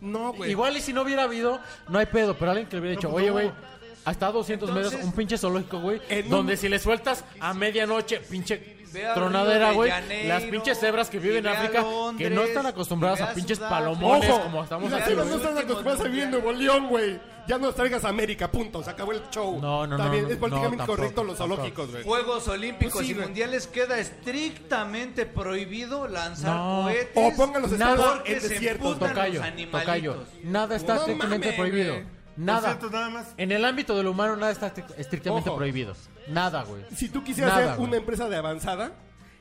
B: No, güey.
C: Igual y si no hubiera habido, no hay pedo, pero alguien que le hubiera dicho, oye, güey. Hasta a 200 metros,
D: Entonces-
C: un pinche zoológico, güey.
B: En un-
C: Donde si le sueltas a medianoche, pinche
D: Ve a Río
C: tronadera,
D: de
C: güey.
D: Janeiro,
C: Las pinches cebras que
D: y
C: viven en
D: ve a
C: África, que no
D: Londres,
C: están acostumbradas
D: y ve
C: a
D: a
C: pinches
D: Sudáfrica.
C: palomones
B: Ojo,
C: como estamos
B: las
C: aquí.
B: chivas
D: haciendo.
B: no
C: güey.
B: están acostumbradas a vivir en Nuevo León, güey. Ya nos traigas a América, punto. Se acabó el show.
C: No, no,
B: Está
C: no,
B: bien,
C: no,
B: Es políticamente
C: no, tampoco,
B: correcto los
C: tampoco.
B: zoológicos, güey.
D: Juegos Olímpicos
B: Pues sí,
D: y
B: güey.
D: Mundiales queda estrictamente prohibido lanzar
C: No.
D: cohetes.
B: O pongan los
C: Nada.
B: estados en
D: Porque se
B: desierto.
D: emputan.
C: Tocayo,
D: los animalitos.
C: tocayo. Nada está
B: No
C: estrictamente
B: mames,
C: prohibido.
B: güey.
C: Nada.
A: Por cierto, nada más.
C: En el ámbito del humano nada está estric- estrictamente
B: Ojo.
C: prohibido. Nada, güey.
B: Si tú quisieras
C: Nada,
B: ser
C: güey.
B: una empresa de avanzada,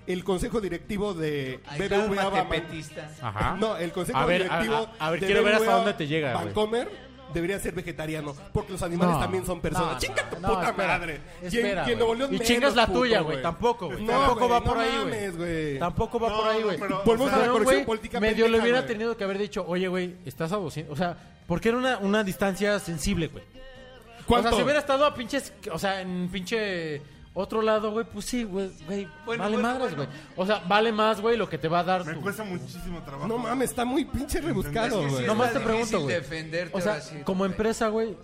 B: el consejo directivo de
D: Ay,
B: BBVA
D: cálmate,
B: Ban-
D: petista.
C: Ajá.
B: No, el consejo
C: A ver,
B: directivo
C: a- a- a ver,
B: de
C: quiero ver hasta
B: BBVA
C: dónde te llega, güey.
B: Vancomer debería ser vegetariano, porque los animales
C: No,
B: también son personas.
C: no,
B: Chinga tu
C: no,
B: puta
C: espera,
B: madre.
C: espera,
B: y en, y en
C: güey.
B: Nuevo León
C: Y
B: menos,
C: chingas la
B: puto,
C: tuya, güey, tampoco, güey.
B: No,
C: Tampoco va por
B: no
C: ahí, güey.
B: mames, güey.
C: Tampoco va
A: No,
C: por ahí,
A: no,
C: güey.
A: pero-
B: Volvemos
A: o sea,
B: a la
C: Pero,
B: corrección
C: güey,
B: política.
C: Medio le
B: pendeja,
C: hubiera
B: güey.
C: tenido que haber dicho, oye, güey, estás a 200. O sea, porque era una, una distancia sensible, güey. O
B: ¿Cuánto?
C: sea, si hubiera estado a pinches. O sea, en pinche. Otro lado, güey, pues sí, güey, güey,
A: Bueno,
C: vale
A: bueno,
C: madres, güey. O sea, vale más, güey, lo que te va a dar
A: Me
C: tu-
A: cuesta muchísimo trabajo.
B: No mames, está muy pinche rebuscado, güey.
C: Nomás te pregunto, güey.
D: defenderte,
C: O sea,
D: ahora sí,
C: como empresa, güey,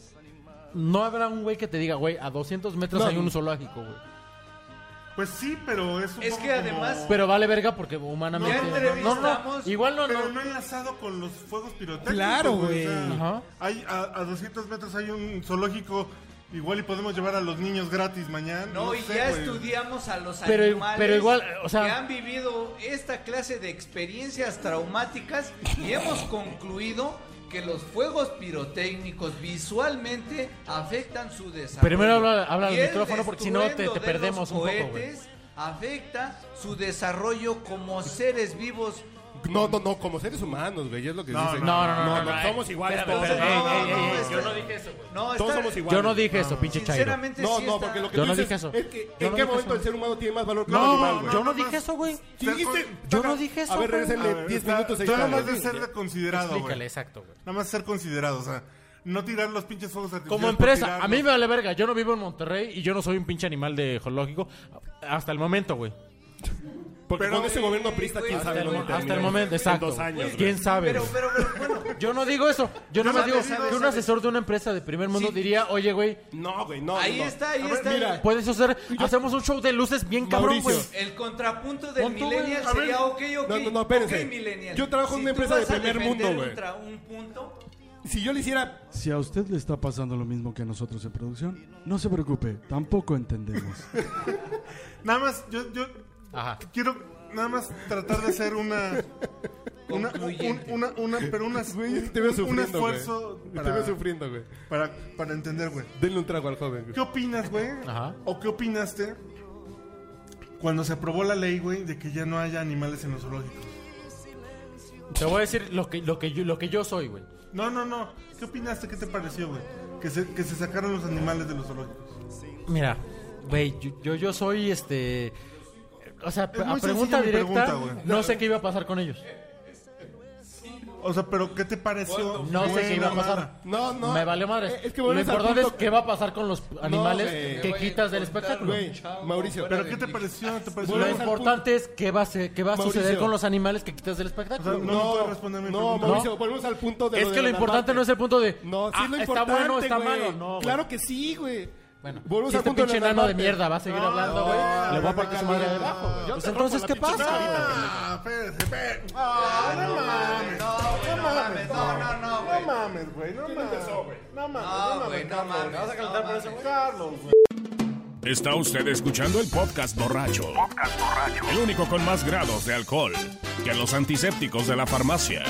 C: no habrá un güey que te diga, güey, a 200 metros
D: No.
C: hay un zoológico, güey.
A: Pues sí, pero es un
D: Es
A: poco
D: que
A: como-
D: además-
C: Pero vale verga porque
A: No,
C: humanamente...
A: no, no,
C: igual no,
A: pero
C: no.
A: no enlazado con los fuegos pirotécnicos.
C: Claro,
A: O sea,
C: güey. Ajá.
A: hay a, a 200 metros hay un zoológico. Igual y podemos llevar a los niños gratis mañana.
D: No, y
A: sé,
D: ya
A: güey.
D: estudiamos a los
A: Pero-
D: animales
A: pero igual, o sea-
D: que han vivido esta clase de experiencias traumáticas y hemos concluido que los fuegos pirotécnicos visualmente afectan su desarrollo.
C: Primero habla- habla al
D: Y el
C: micrófono porque si no te- te
D: estruendo de
C: perdemos
D: los
C: un poco, güey.
D: cohetes Afecta su desarrollo como seres vivos.
B: No, no, no, como seres humanos, güey, es lo que
D: No,
B: dice.
D: no, no, no, no, no,
C: eh,
B: somos iguales
D: espérame,
B: todos.
D: espérame,
B: No,
D: ey,
B: no,
D: ey,
B: no,
D: ey,
B: está-
D: yo no dije eso, güey. No,
B: todos
D: está-
B: somos iguales.
C: Yo no dije eso, pinche Chairo.
D: Sinceramente,
B: No,
D: sí
B: no,
D: está-
B: porque lo que
C: Yo
B: tú
C: no
B: dices
C: dije eso.
B: es que,
C: Yo
B: ¿En
C: no
B: qué
C: dije
B: momento
C: eso.
B: el ser humano tiene más valor que un
A: No,
B: animal, güey?
C: yo no dije eso, güey.
B: Sí, dijiste-
C: Yo no dije eso.
B: A ver,
C: güey.
A: A ver,
B: regresenle 10
A: está-
B: minutos ahí.
A: tú Nada
B: Chairo.
A: más de ser considerado, güey.
C: Explícale, exacto, güey.
A: Nada más ser considerado, o sea, no tirar los pinches fuegos artificiales.
C: Como
A: por
C: empresa,
A: tirarlos.
C: a mí me vale verga. Yo no vivo en Monterrey y yo no soy un pinche animal de zoológico. Hasta el momento, güey.
B: Porque con ese gobierno prista, quién
C: hasta
B: sabe
C: el,
B: dónde
C: mo- hasta
B: termina,
C: el
B: güey.
C: momento,
B: En
C: exacto.
B: dos años, güey.
C: ¿Quién sabe?
D: Pero, pero, pero, bueno,
C: Yo no digo eso. Yo
D: Yo
C: no me
D: no
C: digo
D: sabes,
C: que un
D: sabes.
C: asesor de una empresa de primer mundo
D: Sí.
C: diría, oye, güey,
B: No, güey, no.
D: Ahí
B: no.
D: está, ahí
B: A ver,
D: está.
B: Mira,
C: puedes hacer, hacemos un show de luces bien cabrón,
B: Mauricio.
C: güey.
D: el contrapunto del
C: Pon tú, güey.
D: millennial
B: A ver.
D: sería, ok, ok.
B: No, no, no, espérense.
D: ok, millennial.
B: Yo trabajo en
D: Si
B: una
D: tú
B: empresa de
D: vas a
B: primer
D: defender
B: mundo, güey.
D: un tra- un punto,
B: si yo le hiciera
K: Si a usted le está pasando lo mismo que a nosotros en producción, no se preocupe, tampoco entendemos.
A: Nada más, yo, yo quiero nada más tratar de hacer una. Una, un,
D: Concluyente.
A: una, una, pero unas,
B: Güey, te veo
A: un- un
B: sufriendo,
A: esfuerzo
B: güey.
A: para,
B: Te veo sufriendo, güey.
A: para, para entender, güey.
B: Denle un trago al joven,
A: ¿Qué
B: güey.
A: opinas, güey?
C: Ajá.
A: ¿O qué opinaste cuando se aprobó la ley, güey, de que ya no haya animales en los zoológicos?
C: Te voy a decir lo que, lo que, yo, lo que yo soy, güey.
A: No, no, no. ¿Qué opinaste? ¿Qué te pareció, güey? Que se, que se sacaron los animales de los zoológicos.
C: Mira, güey, yo, yo, yo soy este. O sea,
A: Es
C: a
A: muy
C: pregunta
A: sencilla mi
C: directa,
A: pregunta, güey.
C: no sé qué iba a pasar con ellos.
A: O sea, pero ¿qué te pareció?
C: No sé qué iba a pasar.
B: No, no.
C: Me valió madre.
B: Eh, es que
C: Lo
B: vuelves al
C: importante es
B: punto
C: qué va a pasar con los animales
B: güey.
C: que quitas del espectáculo.
B: Güey, Mauricio.
A: ¿Pero qué te pareció? ¿Te pareció?
C: Lo
B: Volvemos al
C: importante es qué va a, ser- qué va a suceder
B: Mauricio.
C: con los animales que quitas del
A: O sea,
C: espectáculo.
A: no,
C: güey.
A: no puedes responderme.
B: No, Mauricio, volvemos al punto de
C: es que
B: de
C: lo
B: la
C: importante
B: parte.
C: no es el punto de.
B: No, sí
C: "Ah,
B: es lo
C: está
B: importante,
C: bueno, está
B: güey.
C: malo. No, güey.
B: Claro que sí, güey.
C: Bueno,
B: Volvemos
C: si
B: al
C: este
B: punto de
C: pinche
B: la
C: enano de
B: parte.
C: mierda va a seguir hablando, güey. Le voy a partir su madre de abajo, güey. Pues entonces, ¿qué pasa?
A: Ah, espérate, espérate. Ah, no mames. No mames,
D: No, no, no,
A: no
D: güey.
A: mames, güey. No mames. No mames,
D: No, güey, no mames.
A: ¿Vas a
D: no
A: cantar por
D: mames.
A: eso, güey? Carlos, güey.
F: Está usted escuchando el podcast borracho. El único con más grados de alcohol que los antisépticos de la farmacia.